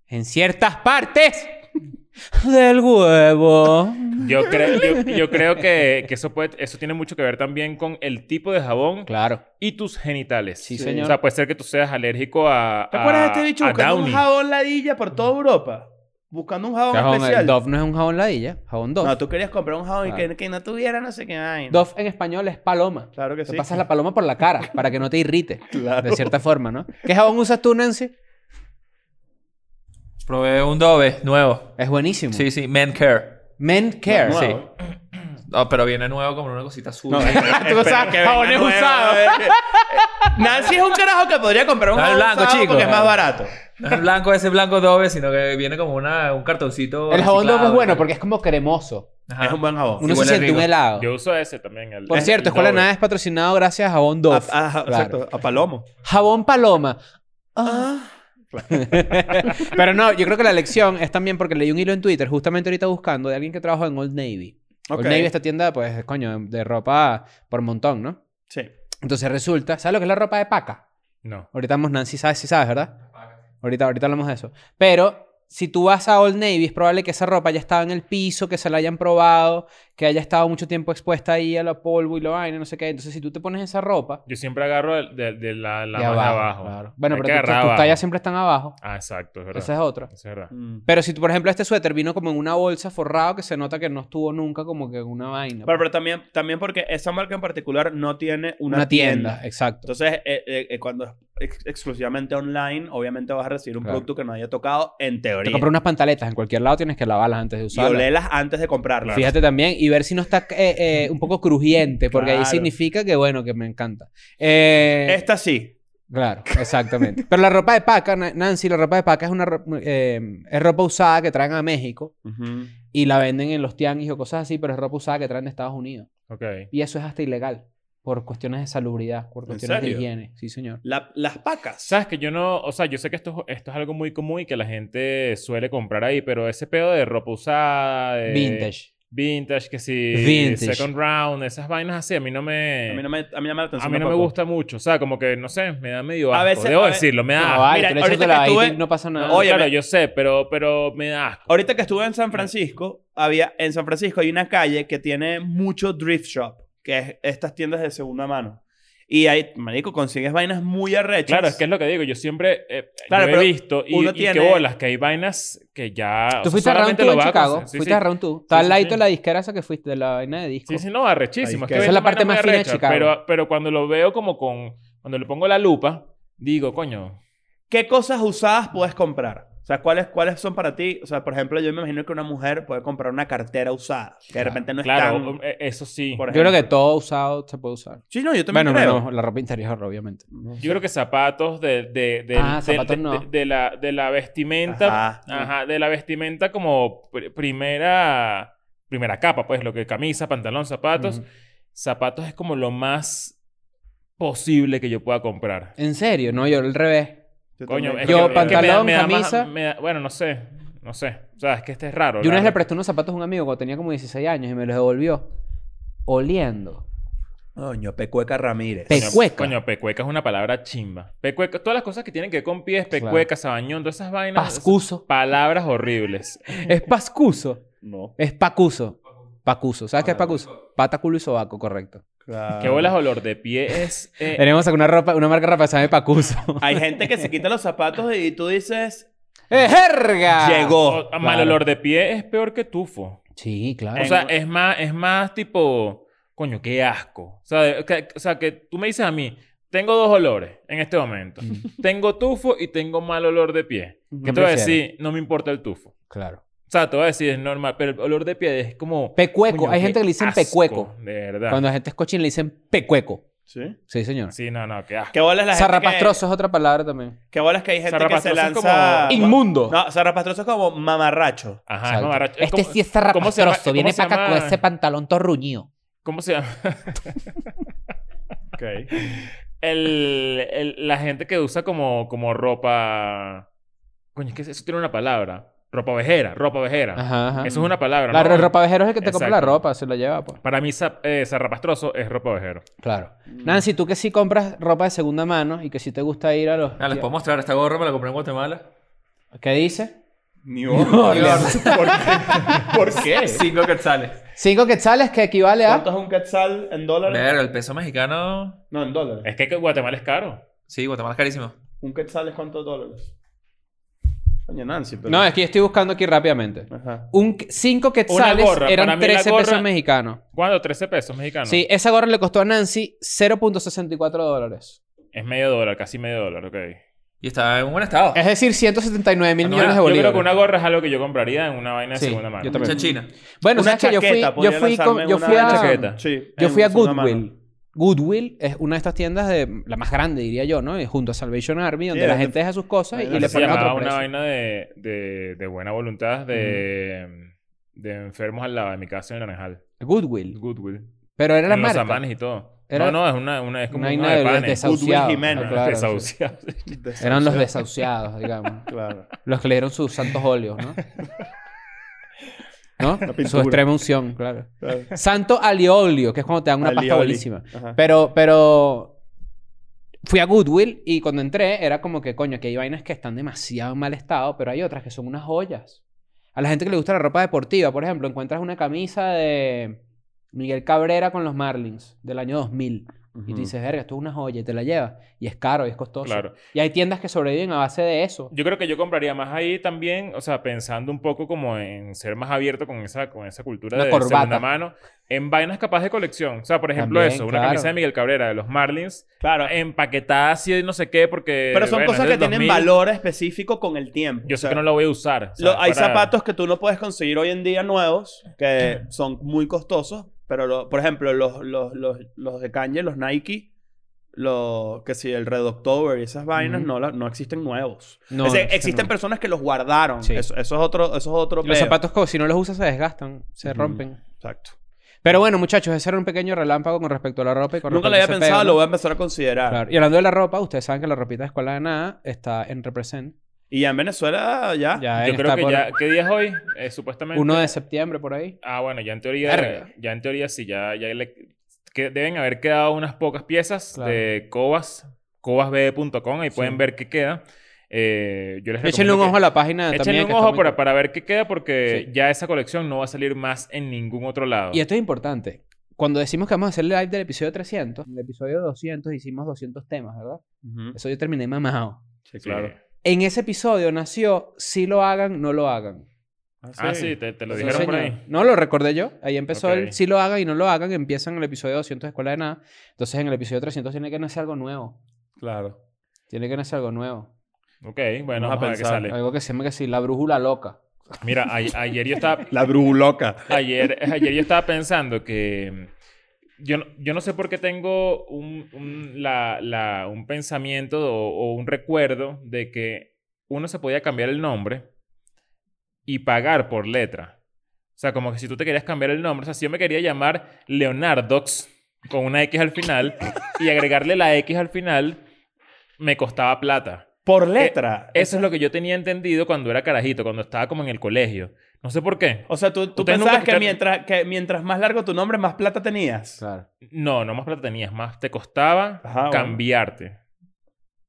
Speaker 4: en ciertas partes del huevo.
Speaker 2: Yo, creo yo, yo creo que, que eso, puede, eso tiene mucho que ver también con el tipo de jabón
Speaker 4: Claro.
Speaker 2: y tus genitales.
Speaker 4: Sí,
Speaker 3: Sí.
Speaker 4: señor.
Speaker 2: O sea, puede ser que tú seas alérgico a.
Speaker 3: ¿Te acuerdas de
Speaker 2: a-
Speaker 3: este bicho
Speaker 2: a
Speaker 3: buscando
Speaker 2: Downy?
Speaker 3: un jabón ladilla por toda Europa? Buscando un jabón,
Speaker 4: Jabón, Mm. el
Speaker 3: especial.
Speaker 4: Dove no es un jabón ladilla, jabón Dove.
Speaker 3: No, tú querías comprar un jabón y
Speaker 4: Claro.
Speaker 3: que, que no tuviera no sé qué vaina.
Speaker 4: Dove en español es paloma.
Speaker 3: Claro que
Speaker 4: Te
Speaker 3: sí.
Speaker 4: pasas la paloma por la cara para que no te irrite,
Speaker 3: Claro.
Speaker 4: de cierta forma, ¿no? ¿Qué jabón usas tú, Nancy?
Speaker 6: Probé un Dove nuevo.
Speaker 4: Es buenísimo.
Speaker 6: Sí, sí, Men Care.
Speaker 4: Men Care.
Speaker 6: Sí. No, pero viene nuevo como una cosita azul.
Speaker 3: No,
Speaker 6: No,
Speaker 3: espera,
Speaker 4: Tú usas
Speaker 3: que venga
Speaker 4: jabones
Speaker 3: nuevo, eh.
Speaker 4: usados.
Speaker 3: a ver qué- Nancy es un carajo que podría comprar un
Speaker 6: No, el
Speaker 3: jabón
Speaker 6: blanco,
Speaker 3: usado
Speaker 6: chico.
Speaker 3: porque es más barato.
Speaker 6: es el blanco, ese blanco Dove, sino que viene como una, un cartoncito.
Speaker 4: El jabón Dove
Speaker 6: reciclado,
Speaker 4: es bueno
Speaker 6: ¿no?
Speaker 4: porque es como cremoso.
Speaker 6: Ajá.
Speaker 3: Es un buen jabón.
Speaker 4: Uno se
Speaker 6: huele
Speaker 4: siente
Speaker 6: rico.
Speaker 4: un helado.
Speaker 2: Yo uso ese también. el-
Speaker 4: Por
Speaker 2: el
Speaker 4: cierto, Escuela de
Speaker 2: Dove.
Speaker 4: Nada es patrocinado gracias a Jabón Dove.
Speaker 3: A-
Speaker 4: Claro.
Speaker 3: ajá, Ah, Exacto, Ah. a palomo.
Speaker 4: Jabón Paloma. Pero no, yo creo que la lección es también porque leí un hilo en Twitter justamente ahorita buscando de alguien que trabajó en Old Navy.
Speaker 3: Ok.
Speaker 4: Old Navy, esta tienda, pues, coño, de, de ropa por montón, ¿no?
Speaker 3: Sí.
Speaker 4: Entonces resulta, ¿sabes lo que es la ropa de paca?
Speaker 2: No.
Speaker 4: Ahorita vamos, Nancy, ¿sabes? Sí sabes, ¿verdad? Ahorita, ahorita hablamos de eso. Pero si tú vas a Old Navy, es probable que esa ropa ya estaba en el piso, que se la hayan probado, que haya estado mucho tiempo expuesta ahí a la polvo y la vaina, no sé qué. Entonces, si tú te pones esa ropa,
Speaker 2: Yo siempre agarro de, de- de la, la
Speaker 4: de
Speaker 2: más de
Speaker 4: abajo,
Speaker 2: abajo.
Speaker 4: claro. Bueno,
Speaker 2: Hay que
Speaker 4: pero tú-
Speaker 2: agarrar
Speaker 4: tus
Speaker 2: abajo.
Speaker 4: tallas siempre están abajo.
Speaker 2: Ah, exacto, es verdad.
Speaker 4: Esa es otra.
Speaker 2: Esa es verdad.
Speaker 3: Mm.
Speaker 4: Pero si, tú, por ejemplo, este suéter vino como en una bolsa forrado que se nota que no estuvo nunca como que en una vaina.
Speaker 3: Pero, pero también, también porque esa marca en particular no tiene una,
Speaker 4: una tienda, exacto.
Speaker 3: Entonces, eh, eh, eh, cuando ex- exclusivamente online, obviamente vas a recibir un
Speaker 4: Claro.
Speaker 3: producto que no haya tocado, en
Speaker 4: Te
Speaker 3: teoría.
Speaker 4: compras unas pantaletas en cualquier lado, tienes que lavarlas antes de
Speaker 3: y
Speaker 4: usarlas.
Speaker 3: olerlas antes de comprarlas.
Speaker 4: Fíjate también y ver si no está eh, eh, un poco crujiente, porque ahí
Speaker 3: Claro.
Speaker 4: significa que bueno, que me encanta. Eh,
Speaker 3: Esta sí.
Speaker 4: Claro, exactamente. Pero la ropa de paca, Na- Nancy, la ropa de paca es una ro- eh, es ropa usada que traen a México y la venden en los tianguis o cosas así, pero es ropa usada que traen de Estados Unidos.
Speaker 2: Ok.
Speaker 4: Y eso es hasta ilegal por cuestiones de salubridad, por cuestiones de
Speaker 3: serio?
Speaker 4: higiene. Sí, señor.
Speaker 3: La- las pacas.
Speaker 2: Sabes que yo no, o sea, yo sé que esto, es- esto es algo muy común y que la gente suele comprar ahí, pero ese pedo de ropa usada, de
Speaker 4: Vintage.
Speaker 2: vintage, que si
Speaker 4: Vintage.
Speaker 2: second round, esas vainas así, a mí no me,
Speaker 3: A mí no me, a mí llama la atención.
Speaker 2: a mí no me
Speaker 3: tampoco.
Speaker 2: gusta mucho, o sea, como que no sé, me da medio
Speaker 3: A
Speaker 2: asco,
Speaker 3: veces-
Speaker 2: debo
Speaker 3: a ve-
Speaker 2: decirlo, me da
Speaker 4: Ah,
Speaker 2: asco.
Speaker 4: vale,
Speaker 3: mira,
Speaker 4: tú le echas
Speaker 3: ahorita
Speaker 4: de la
Speaker 3: que
Speaker 4: vaina y
Speaker 3: estuve-
Speaker 4: no pasa nada.
Speaker 3: No, oye,
Speaker 2: claro,
Speaker 3: me-
Speaker 2: yo sé, pero, pero me da asco.
Speaker 3: Ahorita que estuve en
Speaker 4: Ah.
Speaker 3: San Francisco, había, en San Francisco hay una calle que tiene mucho drift shop, que es estas tiendas de segunda mano. Y ahí, marico, consigues vainas muy arrechas.
Speaker 2: Claro, es que es lo que digo. Yo siempre eh,
Speaker 3: Claro,
Speaker 2: yo he
Speaker 3: pero
Speaker 2: visto y,
Speaker 3: uno
Speaker 2: y
Speaker 3: tiene-
Speaker 2: qué bolas, que hay vainas que ya.
Speaker 4: Tú
Speaker 2: o sea,
Speaker 4: fuiste a Round
Speaker 2: solamente
Speaker 4: 2
Speaker 2: lo
Speaker 4: en
Speaker 2: vas a
Speaker 4: Chicago.
Speaker 2: conseguir. Sí,
Speaker 4: Fuiste
Speaker 2: sí.
Speaker 4: a Round 2. Está
Speaker 2: sí,
Speaker 4: al ladito
Speaker 2: sí.
Speaker 4: de la disquera esa que fuiste, de la vaina de disco.
Speaker 2: Sí, sí, no, arrechísimo.
Speaker 3: Ay,
Speaker 2: Es que
Speaker 3: que-
Speaker 4: Esa es la
Speaker 2: venden
Speaker 4: parte
Speaker 2: vainas
Speaker 4: más
Speaker 2: muy
Speaker 4: fina de
Speaker 2: arrechas,
Speaker 4: Chicago.
Speaker 2: Pero, pero cuando lo veo como con. Cuando le pongo la lupa, digo, coño.
Speaker 3: ¿Qué cosas usadas puedes comprar? O sea, ¿cuáles, ¿cuáles son para ti? O sea, por ejemplo, yo me imagino que una mujer puede comprar una cartera usada, que de repente no es
Speaker 2: claro,
Speaker 3: tan...
Speaker 2: eh, eso sí.
Speaker 3: por
Speaker 4: Yo creo que
Speaker 3: ejemplo.
Speaker 4: todo usado se puede usar.
Speaker 3: Sí, no, yo también
Speaker 4: Bueno,
Speaker 3: creo.
Speaker 4: menos la ropa interior, obviamente.
Speaker 2: Yo creo que zapatos de, de, de,
Speaker 4: Ah,
Speaker 2: de-
Speaker 4: zapatos
Speaker 2: de-
Speaker 4: no.
Speaker 2: de- de la, de la vestimenta.
Speaker 3: Ajá.
Speaker 2: Ajá. de la vestimenta como pr- primera. Primera capa, pues, lo que camisa, pantalón, zapatos.
Speaker 4: Ujú.
Speaker 2: Zapatos es como lo más posible que yo pueda comprar.
Speaker 4: En serio, no, yo al revés.
Speaker 3: Yo
Speaker 2: Coño,
Speaker 3: también
Speaker 2: es
Speaker 3: creo
Speaker 4: Yo
Speaker 2: que- es que me da-
Speaker 4: pantalón,
Speaker 2: me da más-
Speaker 4: camisa.
Speaker 2: me da- bueno, no sé. No sé. O sea, es que este es raro.
Speaker 4: Yo una
Speaker 2: la-
Speaker 4: vez le presté unos zapatos a un amigo cuando tenía como 16 años y me los devolvió oliendo.
Speaker 3: Coño, Pecueca Ramírez.
Speaker 4: Pe-
Speaker 2: Coño,
Speaker 4: Pecueca.
Speaker 2: Coño, pecueca es una palabra chimba. Pecueca, todas las cosas que tienen que ver con pies, pecueca, sabañón, todas esas vainas.
Speaker 4: Pascuso.
Speaker 2: Palabras horribles.
Speaker 4: Es pascuso.
Speaker 3: no.
Speaker 4: Es pacuso. Pacuso. ¿Sabes qué es pacuso? Pata, culo y sobaco, correcto.
Speaker 3: Claro.
Speaker 2: Qué bolas olor de pie es. eh,
Speaker 4: Tenemos acá una, ropa, una marca de ropa que se llama pacuso.
Speaker 3: Hay gente que se quita los zapatos y tú dices...
Speaker 4: ¡Eh, jerga!
Speaker 3: Llegó.
Speaker 2: o- mal
Speaker 4: claro.
Speaker 2: olor de pie es peor que tufo.
Speaker 4: Sí, claro.
Speaker 2: O sea, es más, es más tipo. Coño, qué asco. O sea, de- que, o sea, que tú me dices a mí. Tengo dos olores en este momento. tengo tufo y tengo mal olor de pie.
Speaker 4: ¿Qué
Speaker 2: Que te voy a
Speaker 4: prefieres?
Speaker 2: decir, no me importa el tufo.
Speaker 4: Claro.
Speaker 2: O sea, te voy a decir, es normal, pero el olor de pie es como.
Speaker 4: Pecueco.
Speaker 2: Coño,
Speaker 4: Hay
Speaker 2: qué
Speaker 4: gente que le dicen
Speaker 2: asco,
Speaker 4: pecueco.
Speaker 2: De verdad.
Speaker 4: Cuando la gente es cochina le dicen pecueco.
Speaker 3: ¿Sí?
Speaker 4: Sí, señor.
Speaker 2: Sí, no, no, qué asco.
Speaker 3: Qué bolas la gente
Speaker 4: Zarrapastroso es otra palabra también.
Speaker 3: que... Qué bolas que hay gente que se
Speaker 2: Zarrapastroso es como-
Speaker 3: lanza...
Speaker 4: ¡Inmundo!
Speaker 3: Ah, No, zarrapastroso es como mamarracho.
Speaker 2: Ajá,
Speaker 4: Exacto.
Speaker 2: no, arracho- es
Speaker 5: Este
Speaker 2: como-
Speaker 5: sí es
Speaker 2: cómo se llama-
Speaker 5: zarrapastroso.
Speaker 2: cómo
Speaker 5: Viene
Speaker 2: se
Speaker 5: para acá con
Speaker 2: llama?
Speaker 5: ese pantalón torruñido.
Speaker 2: ¿Cómo se llama?
Speaker 3: Ok.
Speaker 2: El, el- la gente que usa como, como ropa. Coño, es que eso tiene una palabra. Ropa vejera, ropa vejera.
Speaker 4: Ajá, ajá.
Speaker 2: Eso es una palabra.
Speaker 4: La
Speaker 2: ¿no?
Speaker 4: el ropavejero es el que te compra la
Speaker 2: Exacto.
Speaker 4: ropa, se la lleva, pues.
Speaker 2: Para mí, zap- eh, zarrapastroso es ropa vejero.
Speaker 4: Claro.
Speaker 2: Mm.
Speaker 4: Nancy, tú que sí compras ropa de segunda mano y que sí te gusta ir a los...
Speaker 6: Ah, les puedo mostrar esta gorra, me la compré en Guatemala.
Speaker 4: ¿Qué dice?
Speaker 3: Ni
Speaker 6: Orleans.
Speaker 3: ¿Por qué? ¿Por qué?
Speaker 6: Cinco quetzales.
Speaker 4: Cinco quetzales que equivale a...
Speaker 3: ¿Cuánto es un quetzal en dólares?
Speaker 6: Verga, el peso mexicano.
Speaker 3: No, en dólares.
Speaker 2: Es que Guatemala es caro.
Speaker 6: Sí, Guatemala es carísimo.
Speaker 3: ¿Un quetzal es cuántos dólares? Coño, Nancy, pero...
Speaker 4: No, es que yo estoy buscando aquí rápidamente.
Speaker 3: Ajá.
Speaker 4: Un, qu- cinco quetzales
Speaker 2: gorra. Para
Speaker 4: eran
Speaker 2: mí la
Speaker 4: 13
Speaker 2: gorra- Ah,
Speaker 4: pesos mexicanos.
Speaker 2: ¿Cuándo? 13 pesos mexicanos.
Speaker 4: Sí, esa gorra le costó a Nancy 0.64 dólares.
Speaker 2: Es medio dólar, casi medio dólar, ok.
Speaker 6: Y está en un buen estado.
Speaker 3: Este
Speaker 4: Es decir, 179 mil
Speaker 6: Ah, no,
Speaker 4: millones de
Speaker 2: Yo
Speaker 4: bolívares.
Speaker 2: creo que una gorra es algo que yo compraría en una vaina de
Speaker 4: Sí,
Speaker 2: segunda mano.
Speaker 4: yo también.
Speaker 6: Mucha china.
Speaker 4: Bueno,
Speaker 3: Una
Speaker 4: ¿sabes qué? Yo fui,
Speaker 3: chaqueta,
Speaker 4: yo
Speaker 3: podría
Speaker 4: fui,
Speaker 3: lanzarme
Speaker 4: con- yo
Speaker 3: una
Speaker 4: fui a...
Speaker 2: chaqueta.
Speaker 3: Sí,
Speaker 4: Yo
Speaker 3: en
Speaker 4: fui a
Speaker 3: segunda mano.
Speaker 4: Goodwill. Goodwill es una de estas tiendas de la más grande, diría yo, ¿no? Y Junto a Salvation Army, donde
Speaker 3: Sí,
Speaker 4: la
Speaker 3: donde-
Speaker 4: gente deja sus cosas y
Speaker 3: Ahí
Speaker 2: Y
Speaker 4: le
Speaker 2: le
Speaker 3: se
Speaker 4: ponen
Speaker 2: llamaba
Speaker 4: otro
Speaker 2: una
Speaker 4: precio.
Speaker 2: vaina de, de, de buena voluntad de, de enfermos al lado de mi casa en Naranjal.
Speaker 4: Goodwill.
Speaker 2: Goodwill.
Speaker 4: Pero era la
Speaker 2: En los
Speaker 4: marca.
Speaker 2: samanes y todo.
Speaker 4: Era-
Speaker 2: No, no, es una, una es como
Speaker 4: Una
Speaker 2: una,
Speaker 4: vaina
Speaker 2: de
Speaker 4: de,
Speaker 2: panes.
Speaker 4: desahuciados.
Speaker 3: Goodwill Jiménez.
Speaker 4: Ah,
Speaker 2: Una
Speaker 4: claro, sí.
Speaker 2: desahuciada.
Speaker 4: Eran los desahuciados, digamos.
Speaker 3: Claro.
Speaker 4: Los que le dieron sus santos óleos, ¿no? ¿No? Su
Speaker 3: pintura.
Speaker 4: extrema unción, claro.
Speaker 3: claro.
Speaker 4: Santo aliolio, que es cuando te dan una pasta
Speaker 3: Alioli.
Speaker 4: buenísima.
Speaker 3: Ajá.
Speaker 4: Pero, pero fui a Goodwill y cuando entré era como que, coño, que hay vainas que están demasiado en mal estado, pero hay otras que son unas joyas. A la gente que le gusta la ropa deportiva, por ejemplo, encuentras una camisa de Miguel Cabrera con los Marlins del año 2000. Y tú dices, verga, esto es una joya y te la llevas. Y es caro y es costoso.
Speaker 2: Claro.
Speaker 4: Y hay tiendas que sobreviven a base de eso.
Speaker 2: Yo creo que yo compraría más ahí también, o sea, pensando un poco como en ser más abierto con esa, con esa cultura
Speaker 4: Una
Speaker 2: de
Speaker 4: corbata.
Speaker 2: segunda mano, en vainas capaz de colección. O sea, por ejemplo
Speaker 4: También,
Speaker 2: eso, una
Speaker 4: claro.
Speaker 2: camisa de Miguel Cabrera, de los Marlins,
Speaker 3: Claro. eh,
Speaker 2: empaquetada así de no sé qué
Speaker 4: Eh,
Speaker 2: porque...
Speaker 3: pero son
Speaker 2: bueno, es
Speaker 3: cosas
Speaker 2: del
Speaker 3: que tienen
Speaker 2: 2000.
Speaker 3: valor específico con el tiempo.
Speaker 2: Yo sé
Speaker 3: O sea,
Speaker 2: que no la voy a usar. o sea,
Speaker 3: lo- hay
Speaker 2: para-
Speaker 3: zapatos que tú no puedes conseguir hoy en día nuevos, que son muy costosos, pero lo- por ejemplo, los, los, los, los de Kanye, los Nike, los que si el Red October y esas vainas
Speaker 4: Ujú.
Speaker 3: no, la- no existen nuevos.
Speaker 4: No,
Speaker 3: O sea,
Speaker 4: no,
Speaker 3: existen
Speaker 4: no.
Speaker 3: personas que los guardaron.
Speaker 4: Sí.
Speaker 3: Eso, eso es otro, eso es otro
Speaker 4: Los
Speaker 3: peo.
Speaker 4: zapatos, como si no los usas, se desgastan, se
Speaker 3: Ujú.
Speaker 4: rompen.
Speaker 3: Exacto.
Speaker 4: Pero bueno, muchachos, ese era un pequeño relámpago con respecto a la ropa y con
Speaker 3: Nunca
Speaker 4: respecto
Speaker 3: lo
Speaker 4: a
Speaker 3: había
Speaker 4: ese
Speaker 3: pensado,
Speaker 4: peo, ¿no?
Speaker 3: lo voy a empezar a
Speaker 2: Ah.
Speaker 3: considerar.
Speaker 4: Claro. Y hablando de la ropa, ustedes saben que la ropita de Escuela de Nada está en Represent.
Speaker 3: Y ya en Venezuela, ya.
Speaker 4: Ya
Speaker 2: Ah, Yo
Speaker 4: está
Speaker 2: creo que
Speaker 4: por
Speaker 2: ya... ¿Qué día es hoy? Eh, supuestamente...
Speaker 4: 1 de septiembre, por ahí.
Speaker 2: Ah, bueno, ya en teoría...
Speaker 4: Verga.
Speaker 2: Ya en teoría sí, ya, ya le- que deben haber quedado unas pocas piezas
Speaker 4: Claro.
Speaker 2: de Cobas, cobasbe.com, ahí pueden
Speaker 4: Sí.
Speaker 2: ver qué queda. Eh, yo les
Speaker 4: Échenle
Speaker 2: recomiendo
Speaker 4: un
Speaker 2: que-
Speaker 4: ojo a la página
Speaker 2: Échenle
Speaker 4: también.
Speaker 2: un
Speaker 4: que está
Speaker 2: ojo
Speaker 4: muy
Speaker 2: para,
Speaker 4: cool.
Speaker 2: para ver qué queda porque
Speaker 4: Sí.
Speaker 2: ya esa colección no va a salir más en ningún otro lado.
Speaker 4: Y esto es importante. Cuando decimos que vamos a hacer el live del episodio 300, en el episodio 200 hicimos 200 temas, ¿verdad?
Speaker 3: Ujú.
Speaker 4: Eso yo terminé mamado.
Speaker 2: Sí.
Speaker 3: Sí, claro.
Speaker 4: En ese episodio nació si lo hagan, no lo hagan.
Speaker 2: Ah, sí, te, te lo
Speaker 4: Sí,
Speaker 2: dijeron por
Speaker 4: señor.
Speaker 2: ahí.
Speaker 4: No, lo recordé yo. Ahí empezó
Speaker 2: Ok.
Speaker 4: el si lo hagan y no lo hagan. Empiezan en el episodio 200 de Escuela de Nada. Entonces en el episodio 300 tiene que nacer algo nuevo.
Speaker 3: Claro.
Speaker 4: Tiene que nacer algo nuevo.
Speaker 2: Ok, bueno,
Speaker 3: Vamos
Speaker 2: vamos
Speaker 3: a
Speaker 2: a ver qué
Speaker 3: pensar.
Speaker 2: sale.
Speaker 4: Algo que se llama que sí, la brújula loca.
Speaker 2: Mira, a- ayer yo estaba...
Speaker 3: La bruloca.
Speaker 2: Ayer, ayer yo estaba pensando que... Yo no, yo no sé por qué tengo un, un- la- la- un pensamiento o, o un recuerdo de que uno se podía cambiar el nombre y pagar por letra. O sea, como que si tú te querías cambiar el nombre, o sea, si yo me quería llamar Leonardox con una X al final y agregarle la X al final, me costaba plata.
Speaker 3: Por letra.
Speaker 2: Eso es lo que yo tenía entendido cuando era carajito, cuando estaba como en el colegio. No sé por qué.
Speaker 3: o sea, tú, tú
Speaker 2: Ustedes nunca
Speaker 3: pensabas que
Speaker 2: escucharon-
Speaker 3: mientras, que mientras más largo tu nombre, más plata tenías.
Speaker 4: Claro.
Speaker 2: No, no más plata tenías, más te costaba
Speaker 3: Ajá, bueno.
Speaker 2: cambiarte.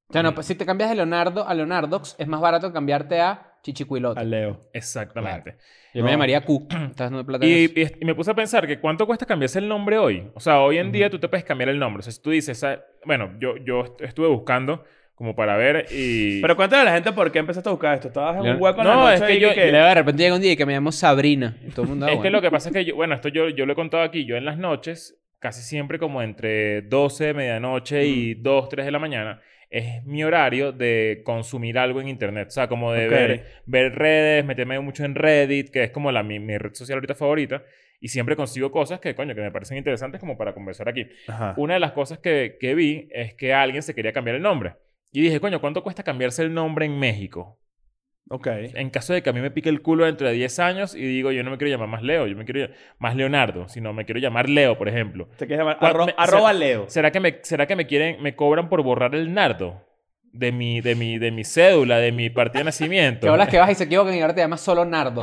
Speaker 4: O sea, no, pues, si te cambias de Leonardo a Leonardox, es más barato que cambiarte a Chichicuilote.
Speaker 3: A Ah, Leo.
Speaker 2: Exactamente.
Speaker 4: Yo
Speaker 3: No.
Speaker 4: me llamaría Q. Estás no de plata. en eso.
Speaker 2: Y, y- y me puse a pensar que cuánto cuesta cambiarse el nombre hoy. O sea, hoy en día tú te puedes cambiar el nombre. O sea, si tú dices, ah, bueno, yo, yo est- estuve buscando como para ver y...
Speaker 3: Pero cuéntale a la gente por qué empezaste a buscar esto. Estabas en
Speaker 4: Leo-
Speaker 3: un hueco en la
Speaker 2: No,
Speaker 3: noche
Speaker 2: es que
Speaker 3: ahí
Speaker 2: yo-
Speaker 4: Y luego de repente llega un día y que me llamo Sabrina. Y todo el mundo, ah,
Speaker 2: es que
Speaker 4: bueno.
Speaker 2: lo que pasa es que, yo, bueno, esto yo, yo lo he contado aquí, yo en las noches, casi siempre como entre 12 de medianoche y 2, 3 de la mañana, es mi horario de consumir algo en internet. O sea, como de
Speaker 3: Ok.
Speaker 2: ver, ver redes, meterme mucho en Reddit, que es como la, mi, mi red social ahorita favorita. Y siempre consigo cosas que, coño, que me parecen interesantes como para conversar aquí.
Speaker 3: Ajá.
Speaker 2: Una de las cosas que, que vi es que alguien se quería cambiar el nombre. Y dije, coño, ¿cuánto cuesta cambiarse el nombre en México?
Speaker 3: Ok.
Speaker 2: En caso de que a mí me pique el culo dentro de 10 años y digo, yo no me quiero llamar más Leo, yo me quiero llamar más Leonardo, sino me quiero llamar Leo, por ejemplo.
Speaker 3: Te quieres llamar
Speaker 2: Cuál-
Speaker 3: arro-
Speaker 2: me-
Speaker 3: arroba Leo.
Speaker 2: ¿Será que me, será que me quieren, me cobran por borrar el nardo de mi, de mi, de mi cédula, de mi partida de
Speaker 4: Que
Speaker 2: nacimiento?
Speaker 4: hablas que vas y se equivocan y ahora te llamas solo Nardo.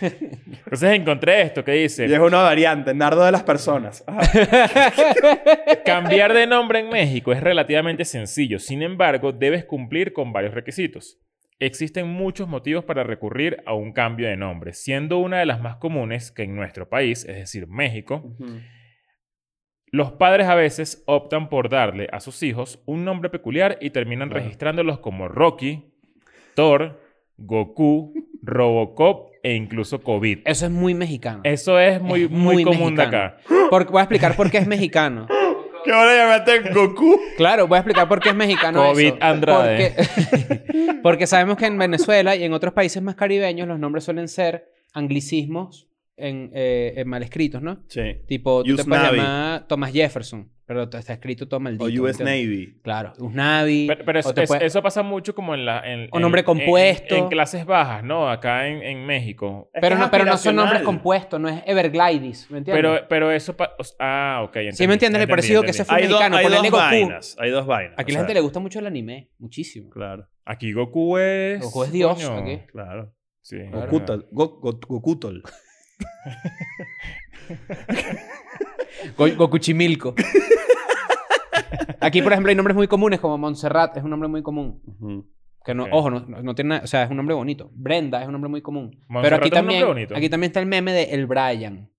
Speaker 2: Entonces encontré esto que
Speaker 3: Y es
Speaker 2: dice,
Speaker 3: una variante. Nardo de las personas. Ajá.
Speaker 2: cambiar de nombre en México es relativamente sencillo, sin embargo, debes cumplir con varios requisitos. Existen muchos motivos para recurrir a un cambio de nombre, siendo una de las más comunes que en nuestro país, es decir, México,
Speaker 3: Ujú.
Speaker 2: Los padres a veces optan por darle a sus hijos un nombre peculiar y terminan
Speaker 3: Claro.
Speaker 2: registrándolos como Rocky, Thor, Goku, Robocop e incluso COVID.
Speaker 4: Eso es muy mexicano.
Speaker 2: Eso es muy,
Speaker 4: Es
Speaker 2: muy,
Speaker 4: muy
Speaker 2: común de
Speaker 4: mexicano.
Speaker 2: acá.
Speaker 4: Por- voy a explicar por qué es mexicano.
Speaker 3: ¿Qué ahora llamaste Goku?
Speaker 4: Claro, voy a explicar por qué es mexicano
Speaker 2: COVID
Speaker 4: eso.
Speaker 2: Andrade.
Speaker 4: Porque, porque sabemos que en Venezuela y en otros países más caribeños los nombres suelen ser anglicismos en, eh, en mal escritos, ¿no?
Speaker 3: Sí.
Speaker 4: Tipo, tú te
Speaker 3: US
Speaker 4: puedes
Speaker 3: Navy.
Speaker 4: llamar Thomas Jefferson, pero te- está escrito Thomas
Speaker 3: O
Speaker 4: maldito.
Speaker 3: US
Speaker 4: ¿entiendes?
Speaker 3: Navy.
Speaker 4: Claro, Usnavi.
Speaker 2: Pero, pero eso,
Speaker 4: o te
Speaker 2: es-
Speaker 4: puede-
Speaker 2: eso pasa mucho como en la... En,
Speaker 4: O
Speaker 2: en-
Speaker 4: nombre
Speaker 2: en-
Speaker 4: compuesto.
Speaker 2: En, clases bajas, ¿no? Acá en, en México.
Speaker 3: Es que
Speaker 4: pero,
Speaker 3: es
Speaker 4: no, pero no son nombres
Speaker 3: aspiracional.
Speaker 4: compuestos, no es Everglades, ¿me entiendes?
Speaker 2: Pero, pero eso... pa- o sea, ah, ok. Entendí,
Speaker 4: Sí, me entiendes, le
Speaker 2: entendí,
Speaker 4: parecido que
Speaker 2: entendí.
Speaker 4: se fue-
Speaker 3: Hay, dos-
Speaker 4: mexicano,
Speaker 3: hay
Speaker 4: ponele
Speaker 3: dos
Speaker 4: Goku.
Speaker 3: vainas. Hay dos vainas.
Speaker 4: Aquí
Speaker 3: o
Speaker 4: la
Speaker 3: sea,
Speaker 4: gente le gusta mucho el anime, muchísimo.
Speaker 3: Claro,
Speaker 2: Aquí Goku es...
Speaker 4: Goku es Dios,
Speaker 2: coño.
Speaker 4: aquí.
Speaker 3: claro.
Speaker 2: Sí,
Speaker 3: Gokuta- Go- Go- Gokutol.
Speaker 4: Go- Gokuchimilco. Aquí, por ejemplo, hay nombres muy comunes como Montserrat, es un nombre muy común.
Speaker 3: Ujú.
Speaker 4: Que no,
Speaker 2: Ok.
Speaker 4: ojo, no, no- no tiene nada, o sea, es un nombre bonito. Brenda es un nombre muy común.
Speaker 2: Montserrat
Speaker 4: Pero aquí
Speaker 2: es un nombre
Speaker 4: también,
Speaker 2: bonito.
Speaker 4: aquí también está el meme de El Brian.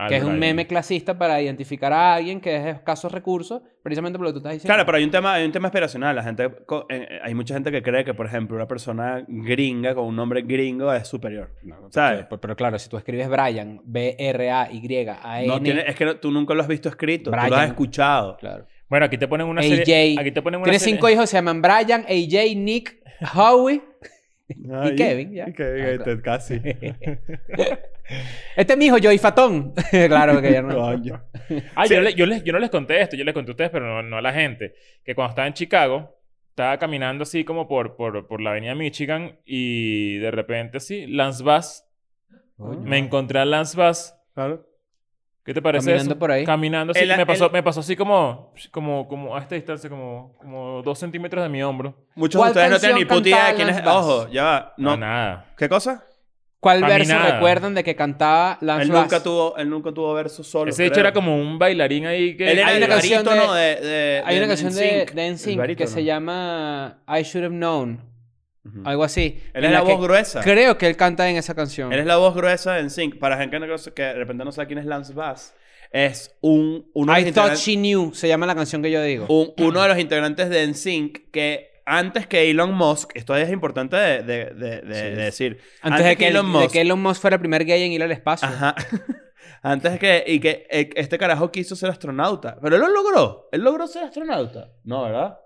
Speaker 2: Ah,
Speaker 4: que es un
Speaker 2: Brian.
Speaker 4: meme clasista para identificar a alguien que es de escasos recursos, precisamente por lo que tú estás diciendo.
Speaker 3: Claro, pero hay un tema, hay un tema aspiracional. La gente, co- eh, eh, hay mucha gente que cree que, por ejemplo, una persona gringa con un nombre gringo es superior.
Speaker 4: No,
Speaker 3: ¿Sabes?
Speaker 4: Pero, pero claro, si tú escribes Brian, B-R-A-Y-A-N.
Speaker 3: No tiene- es que no- tú nunca lo has visto escrito, tú lo has
Speaker 4: Brian.
Speaker 3: escuchado.
Speaker 4: Claro.
Speaker 2: Bueno, aquí te ponen una
Speaker 4: AJ.
Speaker 2: serie. Aquí te ponen una
Speaker 4: Tiene
Speaker 2: serie-
Speaker 4: cinco hijos, se llaman Brian, AJ, Nick, Howie.
Speaker 3: Ay,
Speaker 4: Kevin, ya.
Speaker 3: y Kevin,
Speaker 4: Ah,
Speaker 3: ahí te- casi.
Speaker 4: Este es mi hijo, Joey Fatón. claro que ya no.
Speaker 3: Coño.
Speaker 2: Ah,
Speaker 3: Sí.
Speaker 2: yo, le- yo les, yo no les conté esto, yo les conté a ustedes, pero no, no a la gente. Que cuando estaba en Chicago, estaba caminando así como por, por, por la avenida Michigan y de repente así, Lance Bass.
Speaker 4: Coño.
Speaker 2: Me encontré a Lance Bass.
Speaker 3: Claro.
Speaker 2: ¿Qué te parece
Speaker 4: Caminando
Speaker 2: eso?
Speaker 4: por ahí.
Speaker 2: Caminando así.
Speaker 3: El-
Speaker 2: me, pasó,
Speaker 3: el-
Speaker 2: me pasó así como, como, como a esta distancia, como, como dos centímetros de mi hombro.
Speaker 3: Muchos de
Speaker 4: ¿Cuál
Speaker 3: ustedes no tienen ni
Speaker 4: canción
Speaker 3: puta idea de
Speaker 4: cantaba
Speaker 3: quién es.
Speaker 4: Lance Bass?
Speaker 3: Ojo, ya va.
Speaker 2: No,
Speaker 3: No.
Speaker 2: nada.
Speaker 3: ¿Qué cosa?
Speaker 4: ¿Cuál
Speaker 2: Para mí
Speaker 4: verso
Speaker 2: nada.
Speaker 4: recuerdan de que cantaba Lance
Speaker 3: Él
Speaker 4: Bass?
Speaker 3: nunca, tuvo, él nunca tuvo verso solo.
Speaker 2: Ese hecho
Speaker 3: creo.
Speaker 2: era como un bailarín ahí que...
Speaker 3: Él era
Speaker 4: Hay
Speaker 3: el
Speaker 4: una canción
Speaker 3: barítono
Speaker 4: de-
Speaker 3: de, de-
Speaker 4: Hay
Speaker 3: de
Speaker 4: una canción de,
Speaker 3: NSYNC.
Speaker 4: de
Speaker 3: El
Speaker 4: NSYNC que
Speaker 3: barítono.
Speaker 4: se llama I Should Have Known.
Speaker 3: Ujú.
Speaker 4: Algo así.
Speaker 3: Él
Speaker 4: en
Speaker 3: es la
Speaker 4: que
Speaker 3: voz gruesa.
Speaker 4: Creo que él canta en esa canción.
Speaker 3: Él es la voz gruesa de NSYNC. Para gente que, no conoce- que de repente no sabe quién es Lance Bass, es un, uno, de
Speaker 4: I
Speaker 3: los
Speaker 4: Thought
Speaker 3: integran-
Speaker 4: She Knew se llama la canción que yo digo.
Speaker 3: un- uno de los integrantes de NSYNC que antes que Elon Musk, esto es importante de, de- de- de- de decir.
Speaker 4: Antes, de, que el- de que Elon Musk fuera el primer gay en ir al espacio.
Speaker 3: Ajá. Antes que, y que eh, este carajo quiso ser astronauta. Pero él lo logró. Él logró ser astronauta. No, ¿verdad?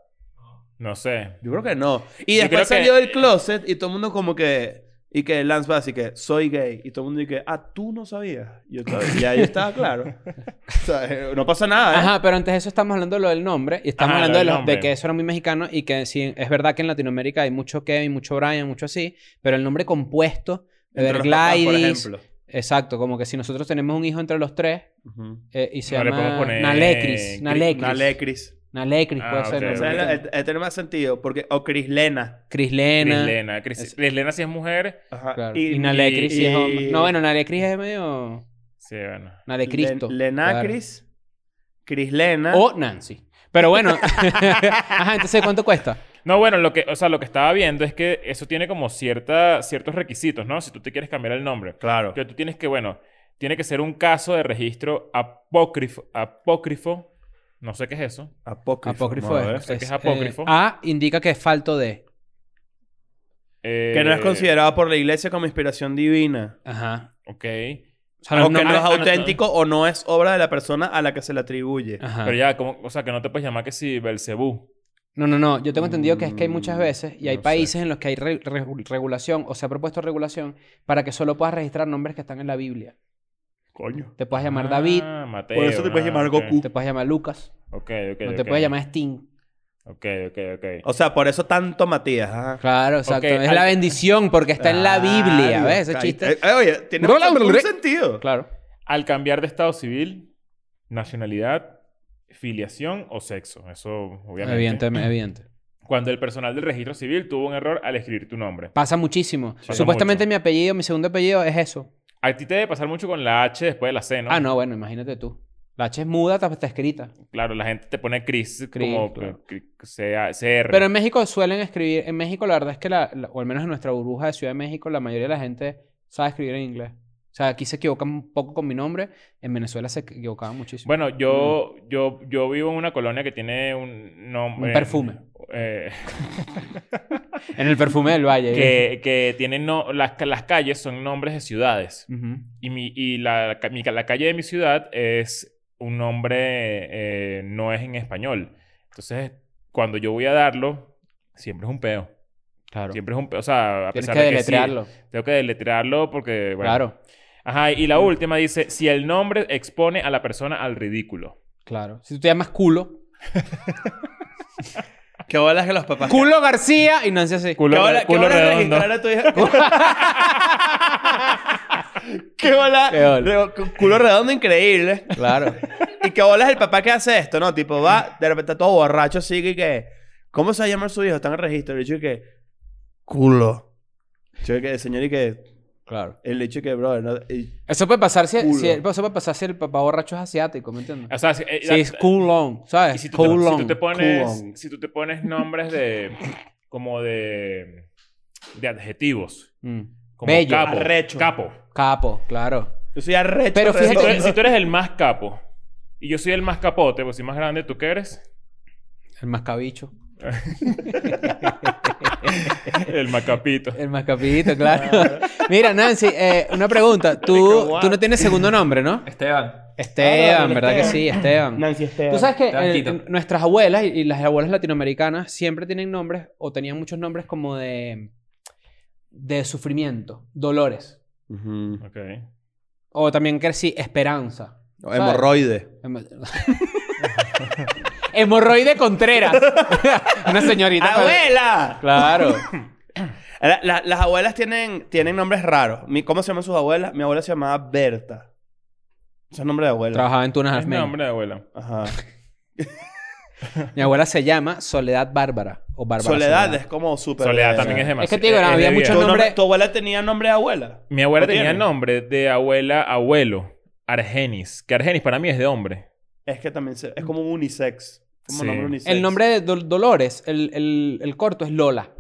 Speaker 2: No sé.
Speaker 3: Yo creo que no. Y
Speaker 2: Yo
Speaker 3: después
Speaker 2: creo que-
Speaker 3: salió del closet y todo el mundo como que... Y que Lance Bass y que soy gay. Y todo el mundo y que, ah, tú no sabías. Yo todavía- ya yo estaba claro. O sea, eh, no pasa nada, ¿eh?
Speaker 4: Ajá, pero antes de eso estamos hablando de lo del nombre y estamos
Speaker 2: Ajá,
Speaker 4: hablando de,
Speaker 2: lo del
Speaker 4: los- de
Speaker 2: nombre.
Speaker 4: que eso era muy mexicano y que sí, es verdad que en Latinoamérica hay mucho Kevin, mucho Brian, mucho así, pero el nombre compuesto, de
Speaker 3: Entre
Speaker 4: ver
Speaker 3: los papás, por
Speaker 4: Gladys,
Speaker 3: ejemplo.
Speaker 4: exacto, como que si nosotros tenemos un hijo entre los tres
Speaker 3: Ujú.
Speaker 4: eh, y se
Speaker 2: No le
Speaker 4: llama
Speaker 2: podemos poner
Speaker 4: Nalecris,
Speaker 2: Cri-
Speaker 4: Nalecris,
Speaker 3: Nale, Chris.
Speaker 4: Nalecris
Speaker 2: Ah,
Speaker 4: puede ser.
Speaker 2: ok,
Speaker 4: el
Speaker 3: O sea,
Speaker 4: nombre.
Speaker 2: ok.
Speaker 3: el- el- tiene más sentido. Porque, o Chris Lena.
Speaker 4: Cris Lena,
Speaker 2: Crislena. Cris-
Speaker 4: Es-
Speaker 2: Crislena sí es mujer.
Speaker 3: Ajá.
Speaker 4: claro. y, Nalecris
Speaker 3: y-
Speaker 4: sí es hombre. No, bueno, Nalecris es medio
Speaker 2: Sí, bueno.
Speaker 4: Nalecristo.
Speaker 3: Len- Lenacris. Chris Lena.
Speaker 4: claro. o Nancy. Pero bueno, ajá, entonces ¿cuánto cuesta?
Speaker 2: No, bueno, lo que, o sea, lo que estaba viendo es que eso tiene como cierta, ciertos requisitos, ¿no? Si tú te quieres cambiar el nombre.
Speaker 3: Claro.
Speaker 2: Pero tú tienes que, bueno, tiene que ser un caso de registro apócrifo. Apócrifo. No sé qué es eso.
Speaker 3: Apócrifo.
Speaker 4: Apócrifo
Speaker 3: vamos a ver.
Speaker 4: es,
Speaker 2: sé que es
Speaker 4: eh,
Speaker 2: apócrifo.
Speaker 4: A indica que es falto de.
Speaker 2: Eh,
Speaker 3: Que no es considerado por la iglesia como inspiración divina.
Speaker 4: Ajá.
Speaker 2: Ok.
Speaker 4: O sea, no,
Speaker 3: o que
Speaker 4: no-
Speaker 3: no, es
Speaker 2: ah, no, no.
Speaker 3: auténtico o no es obra de la persona a la que se le atribuye.
Speaker 4: Ajá.
Speaker 2: Pero ya, como, o sea, que no te puedes llamar que si Belcebú.
Speaker 4: No, no, no. Yo tengo entendido que es que hay muchas
Speaker 3: Mm,
Speaker 4: veces y hay
Speaker 3: no sé.
Speaker 4: países en los que hay re- re- regulación o se ha propuesto regulación para que solo puedas registrar nombres que están en la Biblia.
Speaker 3: Coño.
Speaker 4: Te puedes llamar David,
Speaker 2: Ah, Mateo.
Speaker 3: Por eso te puedes
Speaker 2: ah,
Speaker 3: llamar
Speaker 2: ok.
Speaker 3: Goku.
Speaker 4: te puedes llamar Lucas,
Speaker 2: Ok, ok.
Speaker 4: no
Speaker 2: ok.
Speaker 4: te puedes llamar Sting.
Speaker 2: Ok, ok, ok.
Speaker 3: O sea, por eso tanto Matías. ajá.
Speaker 4: Claro, exacto.
Speaker 2: Ok,
Speaker 4: es
Speaker 2: al-
Speaker 4: la bendición porque está en la Biblia,
Speaker 3: Claro,
Speaker 4: ¿ves? Ese
Speaker 3: claro.
Speaker 4: chiste.
Speaker 3: Eh, eh, oye, tiene
Speaker 4: Bla, bla, bla,
Speaker 3: un
Speaker 4: bla.
Speaker 3: sentido.
Speaker 4: Claro.
Speaker 2: Al cambiar de estado civil, nacionalidad, filiación o sexo. Eso, obviamente.
Speaker 4: Evidente, em, evidente.
Speaker 2: Cuando el personal del registro civil tuvo un error al escribir tu nombre.
Speaker 4: Pasa muchísimo.
Speaker 2: Pasa
Speaker 4: Supuestamente
Speaker 2: mucho.
Speaker 4: mi apellido, mi segundo apellido es eso.
Speaker 2: A ti te debe pasar mucho con la H después de la C, ¿no?
Speaker 4: Ah, no, bueno, imagínate tú. La H es muda, está- está escrita.
Speaker 2: Claro, la gente te pone Chris,
Speaker 4: Chris,
Speaker 2: como
Speaker 4: claro.
Speaker 2: cri- CA CR.
Speaker 4: Pero en México suelen escribir, en México la verdad es que la, la- o al menos en nuestra burbuja de Ciudad de México, la mayoría de la gente sabe escribir en inglés. O sea, aquí se equivocan un poco con mi nombre, en Venezuela se equivocaban muchísimo.
Speaker 2: Bueno, yo, yo, yo vivo en una colonia que tiene un nombre.
Speaker 4: Mm. Un perfume.
Speaker 2: eh,
Speaker 4: Mm. en el perfume del valle.
Speaker 2: que, que tiene no, las, ca- las calles son nombres de ciudades.
Speaker 4: Ujú.
Speaker 2: Y, mi, y la, ca- mi ca- la calle de mi ciudad es un nombre, eh, no es en español. Entonces, cuando yo voy a darlo, siempre es un peo.
Speaker 4: Claro.
Speaker 2: Siempre es un peo. O sea, a
Speaker 4: Tienes que
Speaker 2: pesar de que sí,
Speaker 4: deletrearlo.
Speaker 2: tengo que deletrearlo porque, bueno,
Speaker 4: Claro,
Speaker 2: Ajá, y la última dice, si el nombre expone a la persona al ridículo.
Speaker 4: claro. Si tú te llamas Culo,
Speaker 3: Qué bolas que los papás.
Speaker 4: Culo García y Nancy así.
Speaker 3: Qué
Speaker 2: Culo,
Speaker 3: bola-
Speaker 2: re-
Speaker 3: qué
Speaker 2: culo
Speaker 3: bola
Speaker 2: redondo.
Speaker 3: registrar a tu hija. qué bola.
Speaker 4: Qué bola.
Speaker 3: re- cu- Culo redondo increíble.
Speaker 4: Claro.
Speaker 3: Y qué bola es el papá que hace esto, ¿no? Tipo, va, de repente todo borracho así que que. ¿Cómo se llama su hijo? Está en el registro. El hecho que. Culo. Yo que, señor, y que.
Speaker 4: claro.
Speaker 3: El hecho que, brother, no. y-
Speaker 4: Eso puede pasar si,
Speaker 3: Culo.
Speaker 4: si- eso puede pasar si el papá borracho es asiático, ¿me entiendes?
Speaker 2: O sea, si, eh,
Speaker 4: Si es
Speaker 2: la-
Speaker 4: Culón,
Speaker 2: y
Speaker 4: ¿sabes?
Speaker 2: si tú, te, si
Speaker 4: Culón.
Speaker 2: tú te pones,
Speaker 3: Culón.
Speaker 2: si tú te pones nombres de, como de, de adjetivos.
Speaker 4: Mm.
Speaker 2: Como
Speaker 4: Bello.
Speaker 2: Capo,
Speaker 3: Arrecho.
Speaker 2: Capo.
Speaker 4: Capo, claro.
Speaker 3: Yo soy arrecho.
Speaker 4: Pero
Speaker 2: Si tú,
Speaker 4: fíjate-
Speaker 2: eres, si tú eres el más capo y yo soy el más capote, pues soy más grande, ¿tú qué eres?
Speaker 4: El mascabicho.
Speaker 2: El macapito.
Speaker 4: El mascapito, claro. Mira, Nancy, eh, una pregunta. Tú, tú no tienes segundo nombre, ¿no?
Speaker 6: Esteban.
Speaker 4: Esteban,
Speaker 3: Claro,
Speaker 4: ¿verdad que
Speaker 3: Esteban.
Speaker 4: sí? Esteban.
Speaker 3: Nancy Esteban.
Speaker 4: Tú sabes que eh,
Speaker 6: Tranquilo.
Speaker 4: n- nuestras abuelas y, y las abuelas latinoamericanas siempre tienen nombres o tenían muchos nombres como de, de sufrimiento, dolores.
Speaker 3: Ujú.
Speaker 2: Ok.
Speaker 4: O también que sí, esperanza.
Speaker 3: O Hemorroide.
Speaker 4: Hemo- Hemorroide Contreras. Una señorita. con-
Speaker 3: ¡Abuela!
Speaker 4: Claro.
Speaker 3: La- la- las abuelas tienen, tienen nombres raros. Mi- ¿Cómo se llaman sus abuelas? Mi abuela se llamaba Berta. Ese es nombre de abuela.
Speaker 4: Trabajaba en Tunas
Speaker 2: Es mi
Speaker 4: Armenia.
Speaker 2: nombre de abuela.
Speaker 3: Ajá.
Speaker 4: Mi abuela se llama Soledad Bárbara. O Bárbara
Speaker 3: Soledad es como súper...
Speaker 2: Soledad también es demasiado.
Speaker 4: Es que te digo,
Speaker 2: de
Speaker 4: había
Speaker 2: bien.
Speaker 4: muchos
Speaker 3: ¿Tu,
Speaker 4: nombres.
Speaker 3: nombre- ¿Tu abuela tenía nombre de abuela?
Speaker 2: Mi abuela
Speaker 3: ¿Lo
Speaker 2: tenía
Speaker 3: tiene?
Speaker 2: el nombre de abuela, abuelo, Argenis. Que Argenis para mí es de hombre.
Speaker 3: Es que también se- es como un unisex. Como
Speaker 2: Sí.
Speaker 3: nombre unisex.
Speaker 4: El nombre de Dol- Dolores, el, el- el corto es Lola.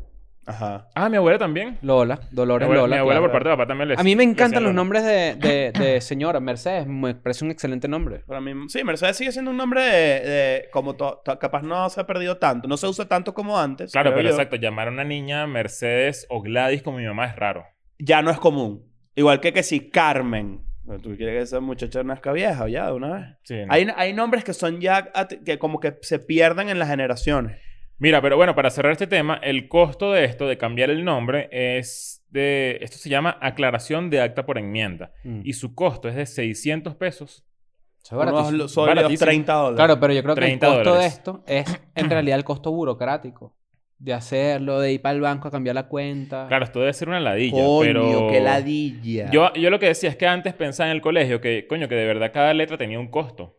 Speaker 3: Ajá.
Speaker 2: Ah, mi abuela también.
Speaker 4: Lola,
Speaker 2: Mi
Speaker 4: Dolores
Speaker 2: abuela,
Speaker 4: Lola.
Speaker 2: mi abuela
Speaker 4: claro.
Speaker 2: por parte de papá también le
Speaker 4: A mí me
Speaker 2: le
Speaker 4: encantan
Speaker 2: decían
Speaker 4: los
Speaker 2: Lola.
Speaker 4: nombres de, de- de señora. Mercedes me parece un excelente nombre.
Speaker 3: Para mí, sí, Mercedes sigue siendo un nombre de... de- como to- to- capaz no se ha perdido tanto. No se usa tanto como antes.
Speaker 2: Claro,
Speaker 3: creo
Speaker 2: pero
Speaker 3: yo.
Speaker 2: exacto. Llamar a una niña Mercedes o Gladys como mi mamá es raro.
Speaker 3: Ya no es común. Igual que que si Carmen. ¿Tú quieres que esa muchacha nazca vieja ya de una vez?
Speaker 2: Sí, ¿no?
Speaker 3: Hay, hay nombres que son ya at- que como que se pierden en las generaciones.
Speaker 2: Mira, pero bueno, para cerrar este tema, el costo de esto, de cambiar el nombre, es de... Esto se llama aclaración de acta por enmienda.
Speaker 4: Mm.
Speaker 2: Y su costo es de 600 pesos.
Speaker 4: Eso es baratísimo.
Speaker 3: Unos sobre los
Speaker 2: Baratísimo.
Speaker 3: 30 dólares.
Speaker 4: Claro, pero yo creo que el
Speaker 2: 30
Speaker 4: costo de
Speaker 2: dólares.
Speaker 4: esto es en realidad el costo burocrático. De hacerlo, de ir para el banco a cambiar la cuenta.
Speaker 2: Claro, esto debe ser una ladilla,
Speaker 3: Coño,
Speaker 2: pero...
Speaker 3: qué ladilla.
Speaker 2: Yo, yo lo que decía es que antes pensaba en el colegio que, coño, que de verdad cada letra tenía un costo.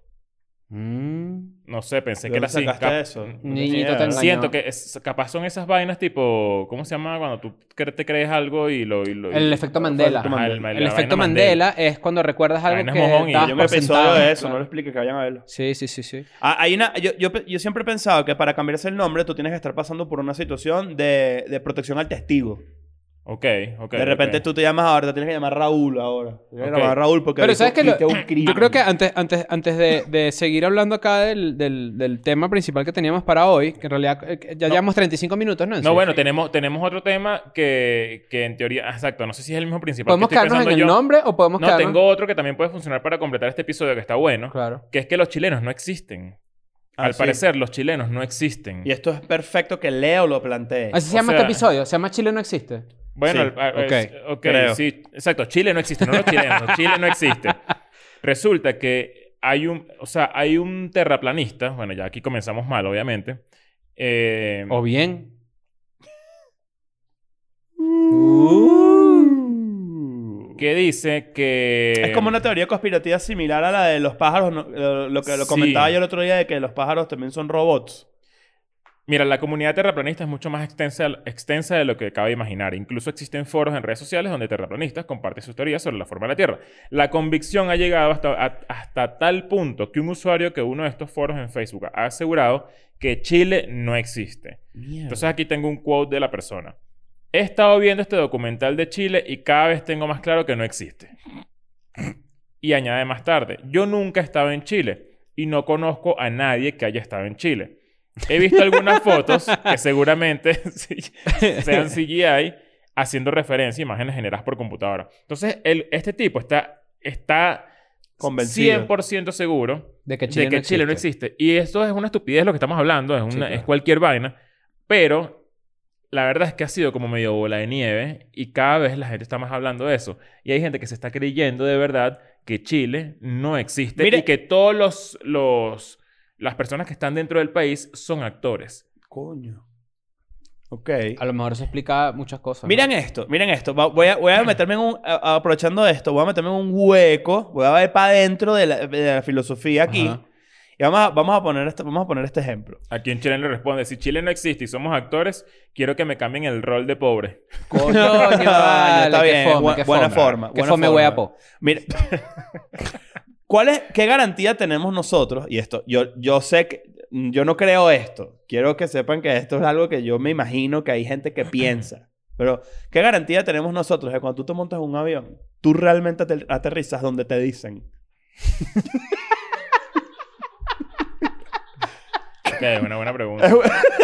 Speaker 4: Mm.
Speaker 2: No sé, pensé
Speaker 3: ¿De
Speaker 2: que
Speaker 3: dónde
Speaker 2: era así.
Speaker 3: sacaste
Speaker 2: Cap-
Speaker 3: eso?
Speaker 2: Mm,
Speaker 4: Niñito
Speaker 3: Yeah.
Speaker 4: te engañó.
Speaker 2: Siento que es- capaz son esas vainas tipo, ¿cómo se llama? Cuando tú cre- te crees algo y lo... y lo- y-
Speaker 4: El efecto Mandela.
Speaker 3: efecto
Speaker 2: Ajá, el- la
Speaker 4: El
Speaker 2: vaina
Speaker 4: efecto Mandela es cuando recuerdas algo
Speaker 2: vaina es
Speaker 4: que
Speaker 2: mojón y
Speaker 4: dabas
Speaker 2: yo
Speaker 3: Yo me
Speaker 4: por
Speaker 3: episodio
Speaker 4: sentado.
Speaker 3: de eso, no lo
Speaker 4: Claro.
Speaker 3: explique que vayan a verlo.
Speaker 4: Sí, sí, sí, sí.
Speaker 3: Ah, hay una, yo, yo, pe- yo siempre he pensado que para cambiarse el nombre tú tienes que estar pasando por una situación de, de protección al testigo.
Speaker 2: Ok, ok.
Speaker 3: de repente
Speaker 2: ok.
Speaker 3: tú te llamas ahora, te tienes que llamar Raúl ahora. Te tienes que
Speaker 2: Ok.
Speaker 3: llamar Raúl porque
Speaker 4: Pero
Speaker 3: ahorita
Speaker 4: sabes que lo-
Speaker 3: fuiste un crimen.
Speaker 2: Ah,
Speaker 4: yo creo que antes, antes, antes de, de seguir hablando acá del, del, del tema principal que teníamos para hoy, que en realidad eh, que ya llevamos 35 minutos, ¿no?
Speaker 2: No, bueno, tenemos, tenemos otro tema que, que en teoría... ah, Exacto, no sé si es el mismo principal.
Speaker 4: ¿Podemos
Speaker 2: que estoy
Speaker 4: quedarnos en el
Speaker 2: pensando yo.
Speaker 4: nombre o podemos
Speaker 2: No,
Speaker 4: quedarnos?
Speaker 2: tengo otro que también puede funcionar para completar este episodio que está bueno.
Speaker 4: Claro.
Speaker 2: Que es que los chilenos no existen.
Speaker 3: Ah,
Speaker 2: Al
Speaker 3: sí.
Speaker 2: parecer, los chilenos no existen.
Speaker 3: Y esto es perfecto que Leo lo plantee.
Speaker 4: Así se
Speaker 2: Eh, O
Speaker 4: llama
Speaker 2: sea-
Speaker 4: este episodio. Se llama Chile no existe.
Speaker 2: Bueno,
Speaker 3: Sí,
Speaker 2: el- a- es-
Speaker 4: ok,
Speaker 2: ok,
Speaker 3: creo.
Speaker 2: sí, exacto. Chile no existe, no los chilenos, Chile no existe. Resulta que hay un, o sea, hay un terraplanista, bueno, ya aquí comenzamos mal, obviamente. Eh,
Speaker 4: O bien.
Speaker 2: que dice que
Speaker 3: Es como una teoría conspirativa similar a la de los pájaros, ¿no? lo, lo que lo
Speaker 2: Sí.
Speaker 3: comentaba yo el otro día de que los pájaros también son robots.
Speaker 2: Mira, la comunidad terraplanista es mucho más extensa, extensa de lo que cabe imaginar. Incluso existen foros en redes sociales donde terraplanistas comparten sus teorías sobre la forma de la Tierra. La convicción ha llegado hasta, a- hasta tal punto que un usuario que uno de estos foros en Facebook ha asegurado que Chile no existe. Entonces aquí tengo un quote de la persona. He estado viendo este documental de Chile y cada vez tengo más claro que no existe. Y añade más tarde, yo nunca he estado en Chile y no conozco a nadie que haya estado en Chile. He visto algunas fotos que seguramente sí, sean CGI haciendo referencia a imágenes generadas por computadora. Entonces, el- este tipo está, está
Speaker 3: Convencido.
Speaker 2: 100% seguro
Speaker 4: De que
Speaker 2: de que Chile no existe. Y esto es una estupidez lo que estamos hablando, es, una, es cualquier vaina, pero la verdad es que ha sido como medio bola de nieve y cada vez la gente está más hablando de eso. Y hay gente que se está creyendo de verdad que Chile no existe
Speaker 3: Mire-
Speaker 2: y que todos los, los las personas que están dentro del país son actores.
Speaker 3: Coño. Ok.
Speaker 4: A lo mejor eso explica muchas cosas. ¿no?
Speaker 3: Miren esto, miren esto. Va- Voy a, voy a meterme en un. a- aprovechando esto, voy a meterme en un hueco. Voy a ir para adentro de la, de la filosofía aquí.
Speaker 4: Ajá.
Speaker 3: Y vamos a, vamos, a poner este, vamos a poner este ejemplo.
Speaker 2: Aquí en Chile le responde, si Chile no existe y somos actores, quiero que me cambien el rol de pobre.
Speaker 4: Coño, vale,
Speaker 3: está
Speaker 4: qué
Speaker 3: bien.
Speaker 4: fome,
Speaker 3: Bu-
Speaker 4: qué
Speaker 3: buena
Speaker 4: fome.
Speaker 3: forma.
Speaker 4: Que
Speaker 3: buena
Speaker 4: fome
Speaker 3: forma.
Speaker 4: hueapo.
Speaker 3: Mira, ¿cuál es, ¿qué garantía tenemos nosotros? Y esto, yo, yo sé que, yo no creo esto. Quiero que sepan que esto es algo que yo me imagino que hay gente que piensa. Pero, ¿qué garantía tenemos nosotros de cuando tú te montas en un avión tú realmente ater- aterrizas donde te dicen.
Speaker 2: Ok, una buena pregunta.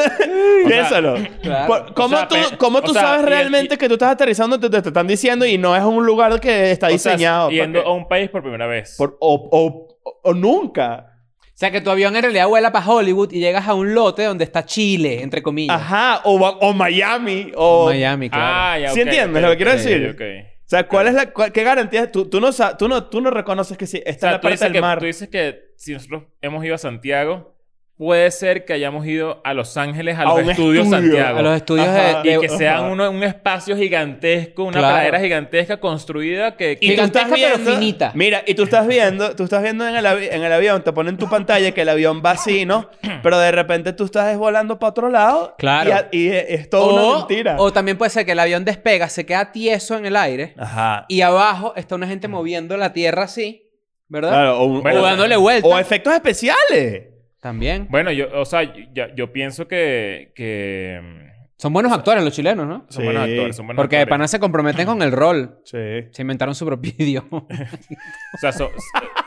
Speaker 3: Piénsalo.
Speaker 4: Claro.
Speaker 3: Por- ¿Cómo
Speaker 2: sea,
Speaker 3: tú,
Speaker 2: pe-
Speaker 3: cómo
Speaker 2: o
Speaker 3: tú
Speaker 2: sea,
Speaker 3: sabes
Speaker 2: y el-
Speaker 3: realmente
Speaker 2: y-
Speaker 3: que tú estás aterrizando donde te, te están diciendo y no es un lugar que está
Speaker 2: O sea,
Speaker 3: diseñado?
Speaker 2: yendo
Speaker 3: porque-
Speaker 2: a un país por primera vez.
Speaker 3: por- o, o- o- o nunca.
Speaker 4: O sea, que tu avión en realidad vuela para Hollywood y llegas a un lote donde está Chile, entre comillas.
Speaker 3: Ajá. O, va- o Miami. O...
Speaker 4: Miami, claro.
Speaker 2: Ah, ya,
Speaker 3: ¿Sí
Speaker 2: ok, ok,
Speaker 3: entiendes lo que quiero
Speaker 2: ok,
Speaker 3: decir?
Speaker 2: ok.
Speaker 3: O sea, ¿cuál es la, cuál- ¿qué garantía? Tú, tú, no, sa- tú, no, tú no reconoces que sí,
Speaker 2: O
Speaker 3: está
Speaker 2: sea,
Speaker 3: en la
Speaker 2: tú, dices
Speaker 3: parte
Speaker 2: que,
Speaker 3: del mar.
Speaker 2: tú dices que si nosotros hemos ido a Santiago, puede ser que hayamos ido a Los Ángeles a,
Speaker 3: A
Speaker 2: los
Speaker 3: un
Speaker 2: estudios
Speaker 3: estudio.
Speaker 2: Santiago.
Speaker 4: A los estudios
Speaker 3: Ajá.
Speaker 4: de,
Speaker 2: Y
Speaker 4: de-
Speaker 2: que sea
Speaker 3: Ajá.
Speaker 2: uno- un espacio gigantesco, una
Speaker 4: Claro.
Speaker 2: pradera gigantesca construida que...
Speaker 3: Y tú estás
Speaker 4: Gigantesca, pero
Speaker 3: viendo,
Speaker 4: finita.
Speaker 3: Mira, y tú estás viendo, tú estás viendo en el, avi- en el avión, te ponen tu pantalla que el avión va así, ¿no? Pero de repente tú estás volando para otro lado.
Speaker 4: Claro.
Speaker 3: Y, a- y es, es toda una mentira.
Speaker 4: o también puede ser que el avión despega, se queda tieso en el aire
Speaker 3: Ajá.
Speaker 4: y abajo está una gente moviendo la tierra así, ¿verdad?
Speaker 3: Claro, o,
Speaker 2: Bueno,
Speaker 4: o
Speaker 3: o-
Speaker 4: dándole vuelta.
Speaker 3: o efectos especiales.
Speaker 4: También.
Speaker 2: Bueno, yo, o sea, yo, yo pienso que, que mm,
Speaker 4: Son buenos actores los chilenos, ¿no?
Speaker 2: son
Speaker 3: Sí.
Speaker 2: buenos actores, son buenos
Speaker 4: Porque de
Speaker 2: actores.
Speaker 4: pana se comprometen con el rol.
Speaker 3: Sí.
Speaker 4: Se inventaron su propio idioma.
Speaker 2: O sea, son-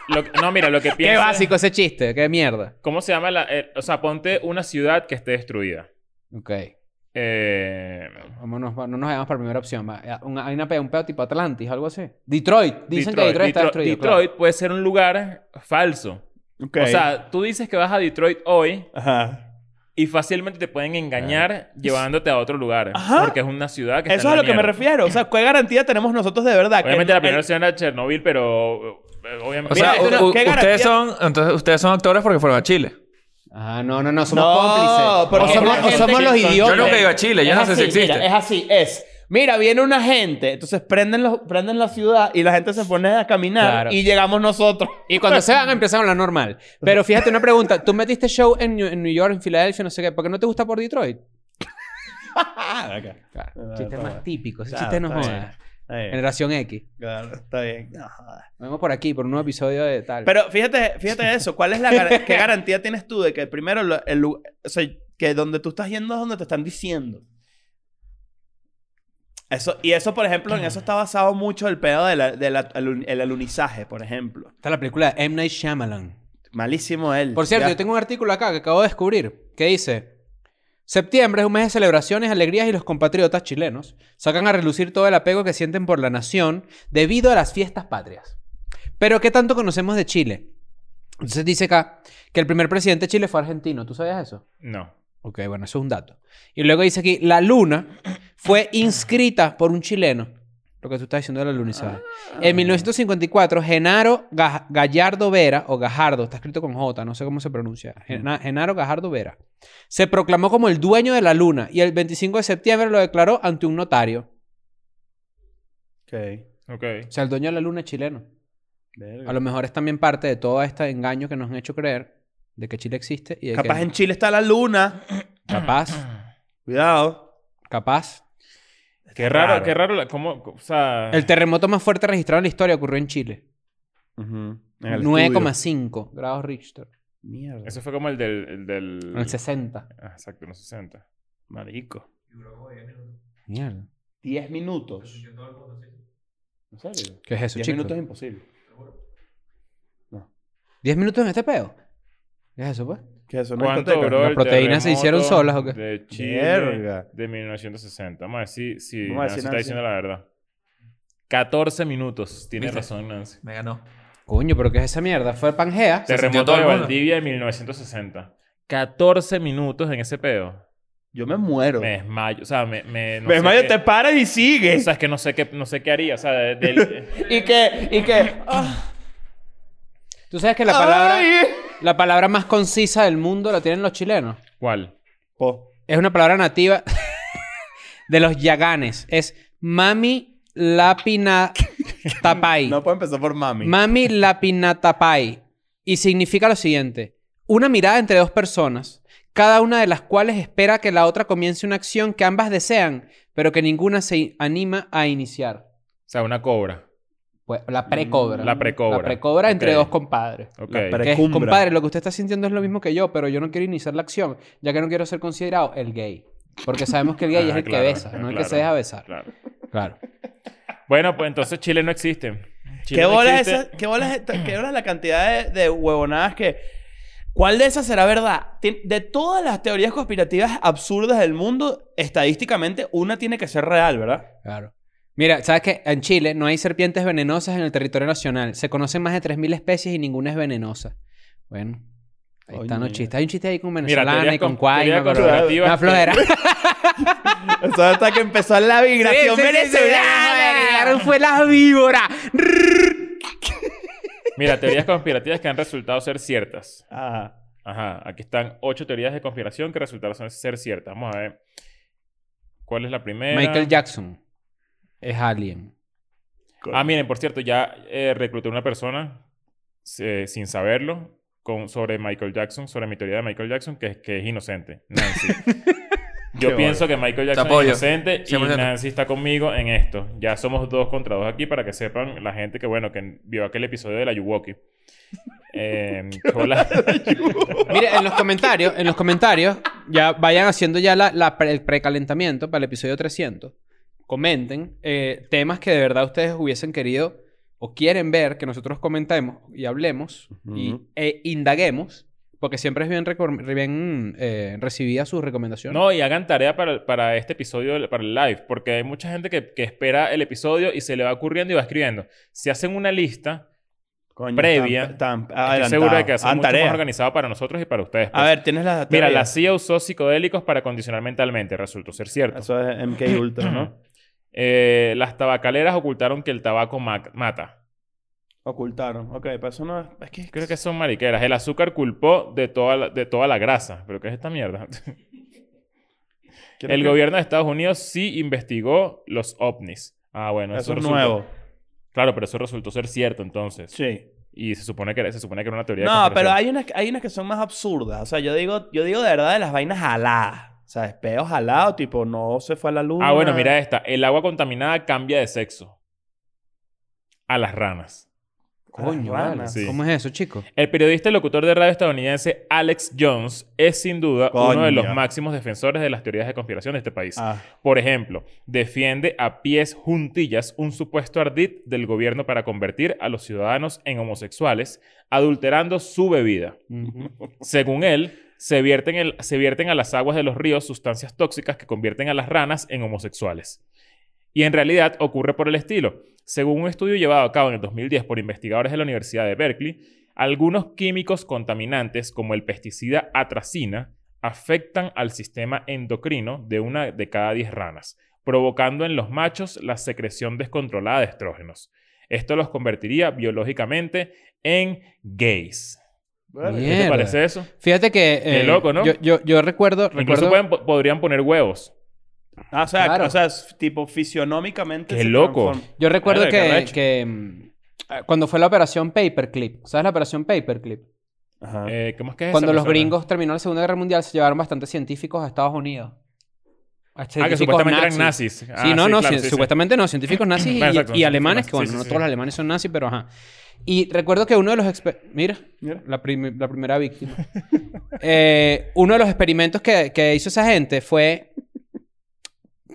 Speaker 2: lo- no, mira, lo que pienso...
Speaker 4: qué
Speaker 2: es-
Speaker 4: básico ese chiste, qué mierda.
Speaker 2: ¿Cómo se llama la...? eh, o sea, ponte una ciudad que esté destruida.
Speaker 4: Ok.
Speaker 2: Eh,
Speaker 4: Vámonos, va- no nos vayamos para primera opción. va. Eh, una- hay una pe- un pedo tipo Atlantis, algo así. Detroit. Dicen que Detroit está
Speaker 2: Detro-
Speaker 4: destruido. claro.
Speaker 2: Detroit puede ser un lugar falso.
Speaker 3: Ok.
Speaker 2: O sea, tú dices que vas a Detroit hoy
Speaker 3: Ajá.
Speaker 2: y fácilmente te pueden engañar
Speaker 4: Ah.
Speaker 2: llevándote a otro lugar.
Speaker 3: Ajá.
Speaker 2: Porque es una ciudad que está
Speaker 3: Eso es
Speaker 2: en
Speaker 3: a
Speaker 2: la
Speaker 3: lo que me
Speaker 2: mierda.
Speaker 3: refiero. O sea, ¿cuál garantía tenemos nosotros de verdad? Que
Speaker 2: Obviamente
Speaker 3: no-
Speaker 2: la primera
Speaker 3: el-
Speaker 2: opción era Chernobyl, pero... eh, Obviamente...
Speaker 6: O
Speaker 3: Mira,
Speaker 6: sea,
Speaker 3: esto no-
Speaker 6: u-
Speaker 3: ¿qué garantía?
Speaker 6: ustedes son, entonces ustedes son actores porque fueron a Chile.
Speaker 4: Ah, no, no, no, somos
Speaker 3: No,
Speaker 4: cómplices.
Speaker 3: porque
Speaker 4: o somos,
Speaker 3: la
Speaker 4: o somos
Speaker 2: gente-
Speaker 4: los
Speaker 2: Yo
Speaker 4: idiotas.
Speaker 6: Yo nunca iba a Chile, yo
Speaker 3: es
Speaker 6: no sé si
Speaker 3: así,
Speaker 6: existe.
Speaker 3: mira, es así, es. Mira, viene una gente, entonces prenden, los, prenden la ciudad y la gente se pone a caminar
Speaker 4: Claro.
Speaker 3: y llegamos nosotros.
Speaker 4: Y cuando se van, empiezan a hablar normal. Pero fíjate una pregunta. Tú metiste show en New, en New York, en Filadelfia, no sé qué. ¿Por qué no te gusta por Detroit? Claro.
Speaker 3: Ah,
Speaker 4: Chiste
Speaker 3: está
Speaker 4: más
Speaker 3: bien.
Speaker 4: típico. Ese
Speaker 3: Claro,
Speaker 4: chiste no
Speaker 3: está bien.
Speaker 4: joda.
Speaker 3: Está bien.
Speaker 4: Generación X.
Speaker 3: Claro, está bien. No jodas.
Speaker 4: Nos vemos por aquí, por un nuevo episodio de tal.
Speaker 3: Pero fíjate, fíjate eso. ¿Cuál es la gar- qué garantía tienes tú de que primero lo- el, lu- o sea, que donde tú estás yendo es donde te están diciendo? Eso, y eso, por ejemplo, en eso está basado mucho el pedo del de la- alun- el alunizaje, por ejemplo.
Speaker 4: Está la película de M. Night Shyamalan.
Speaker 3: Malísimo él.
Speaker 4: Por cierto,
Speaker 3: Ya.
Speaker 4: yo tengo un artículo acá que acabo de descubrir que dice: Septiembre es un mes de celebraciones, alegrías y los compatriotas chilenos sacan a relucir todo el apego que sienten por la nación debido a las fiestas patrias. Pero, ¿qué tanto conocemos de Chile? Entonces dice acá que el primer presidente de Chile fue argentino. ¿Tú sabías eso?
Speaker 2: No.
Speaker 4: Ok, bueno, eso es un dato. Y luego dice aquí: la luna fue inscrita por un chileno. Lo que tú estás diciendo de la luna, ¿sabes?
Speaker 3: Ah.
Speaker 4: En 1954, Genaro Ga- Gallardo Vera, o Gajardo, está escrito con J, no sé cómo se pronuncia. Gena- Genaro Gajardo Vera. Se proclamó como el dueño de la luna y el 25 de septiembre lo declaró ante un notario.
Speaker 3: Ok.
Speaker 2: Ok.
Speaker 4: O sea, el dueño de la luna es chileno.
Speaker 3: Verga.
Speaker 4: A lo mejor es también parte de todo este engaño que nos han hecho creer de que Chile existe y de
Speaker 3: Capaz
Speaker 4: que
Speaker 3: en Chile está la luna.
Speaker 4: capaz,
Speaker 3: Cuidado.
Speaker 4: capaz.
Speaker 2: Qué raro,
Speaker 3: Raro.
Speaker 2: qué raro. la- ¿Cómo? O sea...
Speaker 4: El terremoto más fuerte registrado en la historia ocurrió en Chile.
Speaker 3: En el
Speaker 4: 9,5 grados Richter.
Speaker 3: Mierda.
Speaker 2: Eso fue como el del... El del...
Speaker 4: En el 60.
Speaker 2: Ah, exacto, en los 60.
Speaker 3: Marico.
Speaker 4: Mierda.
Speaker 3: 10 minutos. ¿En serio?
Speaker 4: ¿Qué es eso,
Speaker 3: 10
Speaker 4: chicos?
Speaker 3: minutos es imposible.
Speaker 4: ¿10 minutos en este peo? ¿Qué es eso, pues?
Speaker 3: ¿Qué es eso? ¿Una
Speaker 2: ¿Cuánto
Speaker 3: discoteca?
Speaker 2: duró
Speaker 4: Las
Speaker 2: el
Speaker 4: proteínas se
Speaker 2: terremoto
Speaker 4: hicieron solas, ¿o qué?
Speaker 2: De Chile
Speaker 3: Verga.
Speaker 2: de 1960. Vamos a ver si, si
Speaker 3: Vamos a ver
Speaker 2: Nancy
Speaker 3: si
Speaker 2: está
Speaker 3: Nancy-
Speaker 2: diciendo la verdad. 14 minutos. Tiene
Speaker 6: ¿Viste?
Speaker 2: razón Nancy.
Speaker 6: Me ganó.
Speaker 4: Coño, pero ¿qué es esa mierda? Fue Pangea.
Speaker 6: Se
Speaker 2: Terremoto
Speaker 6: sintió todo
Speaker 2: de
Speaker 6: el mundo.
Speaker 2: Valdivia de 1960. 14 minutos en ese pedo.
Speaker 3: Yo me muero.
Speaker 2: Me desmayo. O sea, me... Me, no sé
Speaker 3: me desmayo,
Speaker 2: qué-
Speaker 3: te paras y
Speaker 2: O
Speaker 3: sigues.
Speaker 2: sea, es que no sé qué, no sé qué haría. O sea, de- del- eh,
Speaker 3: Y que, y que. ah,
Speaker 4: Tú sabes que la palabra,
Speaker 3: ay.
Speaker 4: la palabra más concisa del mundo la tienen los chilenos.
Speaker 2: ¿Cuál?
Speaker 3: Po.
Speaker 4: Es una palabra nativa de los yaganes. Es mami lapina tapay.
Speaker 3: No puedo empezar por mami.
Speaker 4: Mami lapinatapay. Y significa lo siguiente. Una mirada entre dos personas, cada una de las cuales espera que la otra comience una acción que ambas desean, pero que ninguna se anima a iniciar.
Speaker 2: O sea, una cobra.
Speaker 4: Pues, la precobra.
Speaker 2: Mm, La precobra.
Speaker 4: La precobra entre
Speaker 2: Ok.
Speaker 4: dos compadres.
Speaker 2: Ok.
Speaker 3: La pre-
Speaker 4: Que es,
Speaker 3: Precumbra.
Speaker 4: compadre, lo que usted está sintiendo es lo mismo que yo, pero yo no quiero iniciar la acción, ya que no quiero ser considerado el gay. Porque sabemos que el gay
Speaker 2: Ah,
Speaker 4: es el
Speaker 2: claro,
Speaker 4: que besa,
Speaker 2: ah,
Speaker 4: no el que
Speaker 2: claro,
Speaker 4: se deja besar.
Speaker 2: Claro.
Speaker 4: Claro.
Speaker 2: Bueno, pues entonces Chile no existe. Chile
Speaker 3: ¿Qué
Speaker 2: no
Speaker 3: bola, es
Speaker 2: existe.
Speaker 3: esa, ¿Qué bola es esta- qué bola es la cantidad de, de huevonadas que... ¿Cuál de esas será verdad? Tien- De todas las teorías conspirativas absurdas del mundo, estadísticamente una tiene que ser real, ¿verdad?
Speaker 4: Claro. Mira, ¿sabes qué? En Chile no hay serpientes venenosas en el territorio nacional. Se conocen más de 3.000 especies y ninguna es venenosa. Bueno, ahí
Speaker 3: Coño,
Speaker 4: están los
Speaker 3: mira.
Speaker 4: chistes. Hay un chiste ahí con
Speaker 2: Mira,
Speaker 4: venezolana
Speaker 2: teorías
Speaker 4: y con
Speaker 2: con-
Speaker 4: cuayma,
Speaker 2: teorías
Speaker 4: pero...
Speaker 2: conspirativas
Speaker 4: Una
Speaker 2: que-
Speaker 4: flojera.
Speaker 3: Eso hasta que empezó la vibración venezolana.
Speaker 4: venezolana! ¡Fue la víbora!
Speaker 2: Mira, teorías conspirativas que han resultado ser ciertas.
Speaker 3: Ah,
Speaker 2: Ajá, aquí están ocho teorías de conspiración que resultaron ser ciertas. Vamos a ver. ¿Cuál es la primera?
Speaker 4: Michael Jackson es alien.
Speaker 2: Ah, miren, por cierto, ya eh, recluté una persona eh, sin saberlo con, sobre Michael Jackson, sobre mi teoría de Michael Jackson, que, es- que es inocente. Nancy. Yo
Speaker 3: Qué
Speaker 2: pienso que Michael Jackson
Speaker 6: apoyo.
Speaker 2: es inocente y
Speaker 6: 100%.
Speaker 2: Nancy está conmigo en esto. Ya somos dos contra dos aquí para que sepan la gente que, bueno, que vio aquel episodio de la Yuwoki. Eh, chola-
Speaker 4: Mire, en los comentarios, en los comentarios, ya vayan haciendo ya la, la pre- el precalentamiento para el episodio 300. Comenten eh, temas que de verdad ustedes hubiesen querido o quieren ver que nosotros comentemos y hablemos y,
Speaker 3: Ujú.
Speaker 4: e indaguemos, porque siempre es bien, recor- bien eh, recibida sus recomendaciones.
Speaker 2: No, y hagan tarea para, para este episodio, para el live, porque hay mucha gente que, que espera el episodio y se le va ocurriendo y va escribiendo. Si hacen una lista,
Speaker 3: coño,
Speaker 2: Previa.
Speaker 3: están- están
Speaker 2: estoy
Speaker 3: adelantados.
Speaker 2: seguro de que va a ser
Speaker 3: Hagan
Speaker 2: mucho
Speaker 3: tarea.
Speaker 2: más organizado para nosotros y para ustedes.
Speaker 3: A
Speaker 2: pues.
Speaker 3: ver, tienes las
Speaker 2: Mira,
Speaker 3: teorías?
Speaker 2: la CIA usó psicodélicos para condicionar mentalmente, resultó ser cierto.
Speaker 3: Eso es MK Ultra, ¿no?
Speaker 2: Eh, las tabacaleras ocultaron que el tabaco ma- mata.
Speaker 3: Ocultaron. Ok, pero eso no es... es que...
Speaker 2: Creo que son mariqueras. El azúcar culpó de toda la, de toda la grasa. ¿Pero qué es esta mierda?
Speaker 3: creo
Speaker 2: el
Speaker 3: que
Speaker 2: gobierno de Estados Unidos sí investigó los ovnis. Ah, bueno, eso,
Speaker 3: Eso es
Speaker 2: resulta-
Speaker 3: nuevo.
Speaker 2: Claro, pero eso resultó ser cierto entonces.
Speaker 3: Sí.
Speaker 2: Y se supone que era, se supone que era una teoría de
Speaker 3: No, pero
Speaker 2: conspiración.
Speaker 3: hay unas, hay unas que son más absurdas. O sea, yo digo, yo digo de verdad de las vainas jaladas. O sea, es peo jalado, tipo, no se fue a la luna.
Speaker 2: Ah, bueno, mira esta. El agua contaminada cambia de sexo. A las ranas.
Speaker 4: Coño,
Speaker 3: Las
Speaker 4: vale.
Speaker 3: ranas.
Speaker 2: Sí.
Speaker 4: ¿Cómo es eso, chico?
Speaker 2: El periodista y locutor de radio estadounidense Alex Jones es sin duda uno de los
Speaker 3: Coño.
Speaker 2: máximos defensores de las teorías de conspiración de este país.
Speaker 3: Ah,
Speaker 2: Por ejemplo, defiende a pies juntillas un supuesto ardid del gobierno para convertir a los ciudadanos en homosexuales, adulterando su bebida. Según él, se vierten, el- se vierten a las aguas de los ríos sustancias tóxicas que convierten a las ranas en homosexuales. Y en realidad ocurre por el estilo. Según un estudio llevado a cabo en el 2010 por investigadores de la Universidad de Berkeley, algunos químicos contaminantes como el pesticida atracina afectan al sistema endocrino de una de cada 10 ranas, provocando en los machos la secreción descontrolada de estrógenos. Esto los convertiría biológicamente en gays. ¿Qué te
Speaker 4: Mierda.
Speaker 2: parece eso?
Speaker 4: Fíjate que...
Speaker 2: Qué
Speaker 4: eh,
Speaker 2: loco, ¿no?
Speaker 4: Yo, yo, yo recuerdo...
Speaker 2: Incluso
Speaker 4: recuerdo...
Speaker 2: pueden- po- podrían poner huevos.
Speaker 3: Ah, o sea,
Speaker 4: Claro.
Speaker 3: o sea, es tipo fisionómicamente.
Speaker 2: Qué
Speaker 3: se
Speaker 2: loco.
Speaker 3: transforma.
Speaker 4: Yo recuerdo
Speaker 3: Verga, qué
Speaker 4: que,
Speaker 3: arrecho.
Speaker 4: que, mm, ah, cuando fue la operación Paperclip, ¿sabes la operación Paperclip?
Speaker 3: Ajá.
Speaker 2: Eh, ¿Cómo es que es
Speaker 4: Ah. Cuando
Speaker 2: esa
Speaker 4: los
Speaker 2: persona?
Speaker 4: gringos terminaron la Segunda Guerra Mundial, se llevaron bastantes científicos a Estados Unidos. A
Speaker 2: Ah, que
Speaker 4: científicos
Speaker 2: supuestamente eran nazis. Ah,
Speaker 4: sí, no, no,
Speaker 2: claro,
Speaker 4: sí,
Speaker 2: sí, sí.
Speaker 4: supuestamente no, científicos nazis y,
Speaker 2: Bueno, exacto,
Speaker 4: y
Speaker 2: científicos
Speaker 4: alemanes,
Speaker 2: nazis,
Speaker 4: que bueno,
Speaker 2: sí, sí,
Speaker 4: no
Speaker 2: sí.
Speaker 4: todos los alemanes son nazis, pero ajá. Y recuerdo que uno de los... exper- Mira,
Speaker 3: Mira.
Speaker 4: la, prim- la primera víctima. Eh, uno de los experimentos que, que hizo esa gente fue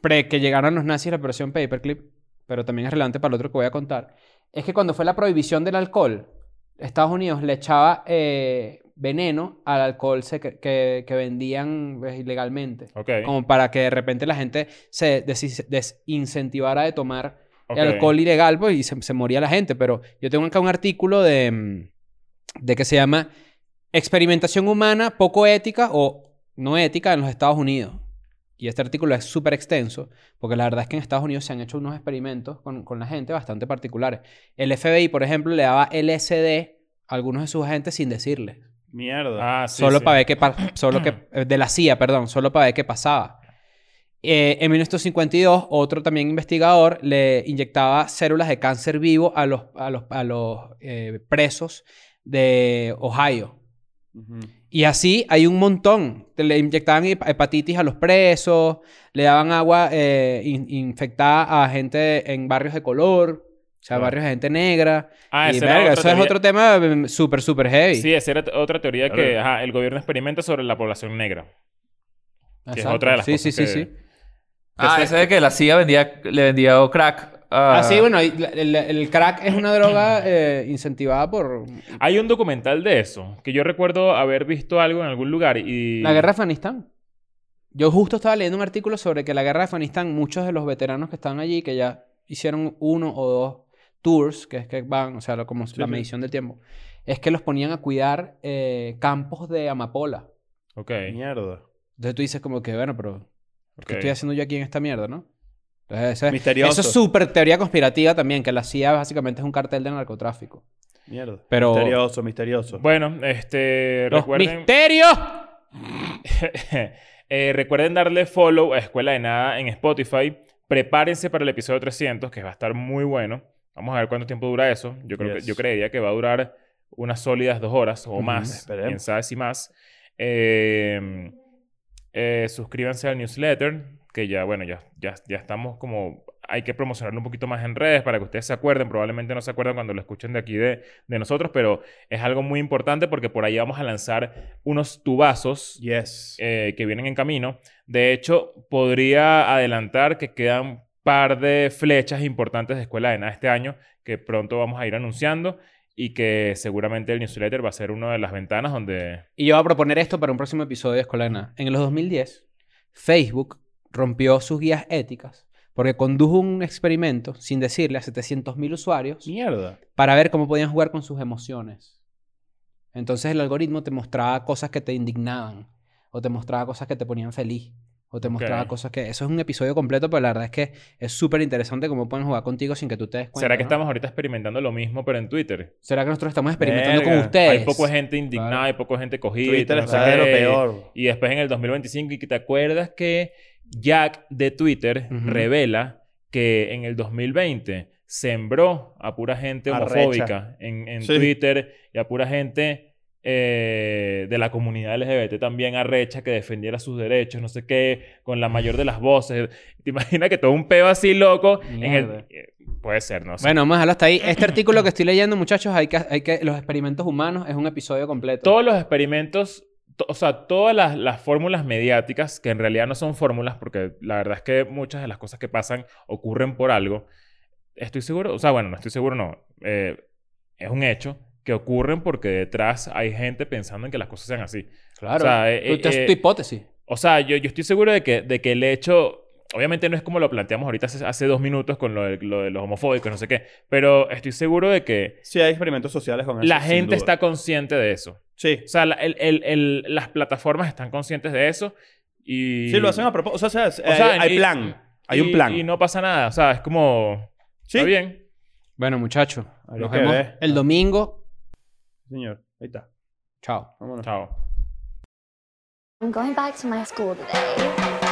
Speaker 4: pre que llegaron los nazis a la operación Paperclip, pero también es relevante para lo otro que voy a contar. Es que cuando fue la prohibición del alcohol, Estados Unidos le echaba eh, veneno al alcohol se- que, que- que vendían pues, ilegalmente.
Speaker 2: Ok.
Speaker 4: Como para que de repente la gente se desis- desincentivara de tomar
Speaker 2: ok.
Speaker 4: el alcohol ilegal, pues, y se, se moría la gente. Pero yo tengo acá un artículo de, mm, de que se llama Experimentación humana poco ética o no ética en los Estados Unidos. Y este artículo es súper extenso, porque la verdad es que en Estados Unidos se han hecho unos experimentos con, con la gente bastante particulares. El FBI, por ejemplo, le daba LSD a algunos de sus agentes sin decirle.
Speaker 3: Mierda.
Speaker 2: Ah, sí,
Speaker 4: solo
Speaker 2: sí.
Speaker 4: para ver qué pa- solo que eh, de la CIA, perdón, solo para ver qué pasaba. Eh, en 1952, otro también investigador le inyectaba células de cáncer vivo a los, a los, a los eh, presos de Ohio.
Speaker 3: Ujú.
Speaker 4: Y así hay un montón. Te- Le inyectaban hep- hepatitis a los presos, le daban agua eh, in- infectada a gente en barrios de color, o sea,
Speaker 2: Claro.
Speaker 4: barrios de gente negra.
Speaker 2: Ah,
Speaker 4: y
Speaker 2: esa era
Speaker 4: verga,
Speaker 2: otra
Speaker 4: eso es
Speaker 2: teoría.
Speaker 4: otro tema mm, súper, súper heavy.
Speaker 2: Sí, esa era t- otra teoría que
Speaker 3: Claro.
Speaker 2: ajá, el gobierno experimenta sobre la población negra. Que es
Speaker 4: Exacto.
Speaker 2: otra de las
Speaker 4: sí,
Speaker 2: cosas
Speaker 4: sí, sí,
Speaker 2: que-
Speaker 4: sí.
Speaker 6: Ah,
Speaker 2: Ese-
Speaker 6: eso de que la CIA vendía, le vendía crack ah,
Speaker 4: Ah, sí, bueno, y la- el, el crack es una droga eh, incentivada por
Speaker 2: Hay un documental de eso, que yo recuerdo haber visto algo en algún lugar y...
Speaker 4: la guerra de Afganistán. Yo justo estaba leyendo un artículo sobre que la guerra de Afganistán, muchos de los veteranos que están allí, que ya hicieron uno o dos tours, que es que van, o sea, lo- como la
Speaker 3: sí.
Speaker 4: medición del tiempo, es que los ponían a cuidar eh, campos de amapola.
Speaker 2: Ok.
Speaker 3: Mierda.
Speaker 4: Entonces tú dices como que, bueno, pero
Speaker 2: ok.
Speaker 4: ¿qué estoy haciendo yo aquí en esta mierda, no? Entonces,
Speaker 2: Eh,
Speaker 4: eso es-
Speaker 3: Misterioso.
Speaker 4: Eso es súper teoría conspirativa también, que la CIA básicamente es un cartel de narcotráfico.
Speaker 3: Mierda.
Speaker 4: Pero-
Speaker 3: Misterioso, misterioso.
Speaker 2: Bueno, este...
Speaker 4: ¡Los
Speaker 2: recuerden...
Speaker 4: misterios!
Speaker 2: Eh, recuerden darle follow a Escuela de Nada en Spotify. Prepárense para el episodio 300, que va a estar muy bueno. Vamos a ver cuánto tiempo dura eso. Yo, creo que,
Speaker 3: Yes.
Speaker 2: yo creería que va a durar unas sólidas dos horas o más.
Speaker 3: esperemos.
Speaker 2: Quién sabe si más. Eh, eh, suscríbanse al newsletter, que ya, bueno, ya, ya, ya estamos como... Hay que promocionarlo un poquito más en redes para que ustedes se acuerden. Probablemente no se acuerdan cuando lo escuchen de aquí de, de nosotros, pero es algo muy importante porque por ahí vamos a lanzar unos tubazos
Speaker 3: Yes.
Speaker 2: eh, que vienen en camino. De hecho, podría adelantar que quedan un par de flechas importantes de Escuela de Nada este año que pronto vamos a ir anunciando y que seguramente el newsletter va a ser una de las ventanas donde...
Speaker 4: Y yo voy a proponer esto para un próximo episodio de Escuela de Nada. En los 2010, Facebook rompió sus guías éticas porque condujo un experimento, sin decirle, a 700.000 usuarios
Speaker 3: Mierda.
Speaker 4: para ver cómo podían jugar con sus emociones. Entonces el algoritmo te mostraba cosas que te indignaban, o te mostraba cosas que te ponían feliz, o te mostraba
Speaker 2: Ok.
Speaker 4: cosas que... Eso es un episodio completo, pero la verdad es que es súper interesante cómo pueden jugar contigo sin que tú te des cuenta.
Speaker 2: ¿Será que
Speaker 4: ¿no?
Speaker 2: estamos ahorita experimentando lo mismo, pero en Twitter?
Speaker 4: ¿Será que nosotros estamos experimentando con
Speaker 3: Verga.
Speaker 4: ustedes?
Speaker 2: Hay poco gente indignada,
Speaker 4: Claro.
Speaker 2: hay poco gente cogida.
Speaker 3: Twitter
Speaker 2: no
Speaker 3: está
Speaker 2: sé
Speaker 3: de lo
Speaker 2: qué.
Speaker 3: peor.
Speaker 2: Y después en el 2025, y que te acuerdas que Jack de Twitter
Speaker 4: Ujú.
Speaker 2: revela que en el 2020 sembró a pura gente
Speaker 3: Arrecha.
Speaker 2: homofóbica en, en
Speaker 3: Sí.
Speaker 2: Twitter y a pura gente eh, de la comunidad LGBT también arrecha que defendiera sus derechos, no sé qué, con la mayor de las voces. ¿Te imaginas que todo un peo así loco? En el...
Speaker 4: Mierda.
Speaker 2: eh, Puede ser, no sé.
Speaker 4: Bueno, vamos a dejarlo hasta ahí. Este artículo que estoy leyendo, muchachos, hay que, hay que... Los experimentos humanos es un episodio completo.
Speaker 2: todos los experimentos, to- o sea, todas las, las fórmulas mediáticas, que en realidad no son fórmulas, porque la verdad es que muchas de las cosas que pasan ocurren por algo. Estoy seguro, o sea, bueno, no estoy seguro, no. Eh, es un hecho que ocurren porque detrás hay gente pensando en que las cosas sean así.
Speaker 4: claro.
Speaker 2: o sea, eh,
Speaker 4: Tú-
Speaker 2: eh,
Speaker 4: tú haces
Speaker 2: eh,
Speaker 4: tu hipótesis.
Speaker 2: O sea, yo, yo estoy seguro de que, de que el hecho... Obviamente no es como lo planteamos ahorita hace, hace dos minutos con lo de, lo de los homofóbicos, no sé qué. Pero estoy seguro de que
Speaker 3: Sí, hay experimentos sociales con eso.
Speaker 2: la
Speaker 3: sin
Speaker 2: gente
Speaker 3: duda.
Speaker 2: está consciente de eso.
Speaker 3: Sí.
Speaker 2: O sea, la- el- el- el- las plataformas están conscientes de eso y...
Speaker 3: Sí, lo hacen a propósito. O sea, es- hay,
Speaker 2: sea,
Speaker 3: hay
Speaker 2: y-
Speaker 3: plan. Hay un
Speaker 2: y-
Speaker 3: plan.
Speaker 2: Y no pasa nada. O sea, es como...
Speaker 3: sí.
Speaker 2: Está bien.
Speaker 4: Bueno, muchachos,
Speaker 3: Habría
Speaker 4: nos
Speaker 3: que
Speaker 4: vemos
Speaker 3: ver.
Speaker 4: el domingo.
Speaker 3: Señor, ahí está.
Speaker 4: Chao.
Speaker 3: Vámonos.
Speaker 2: Chao.
Speaker 1: I'm going back to my school today.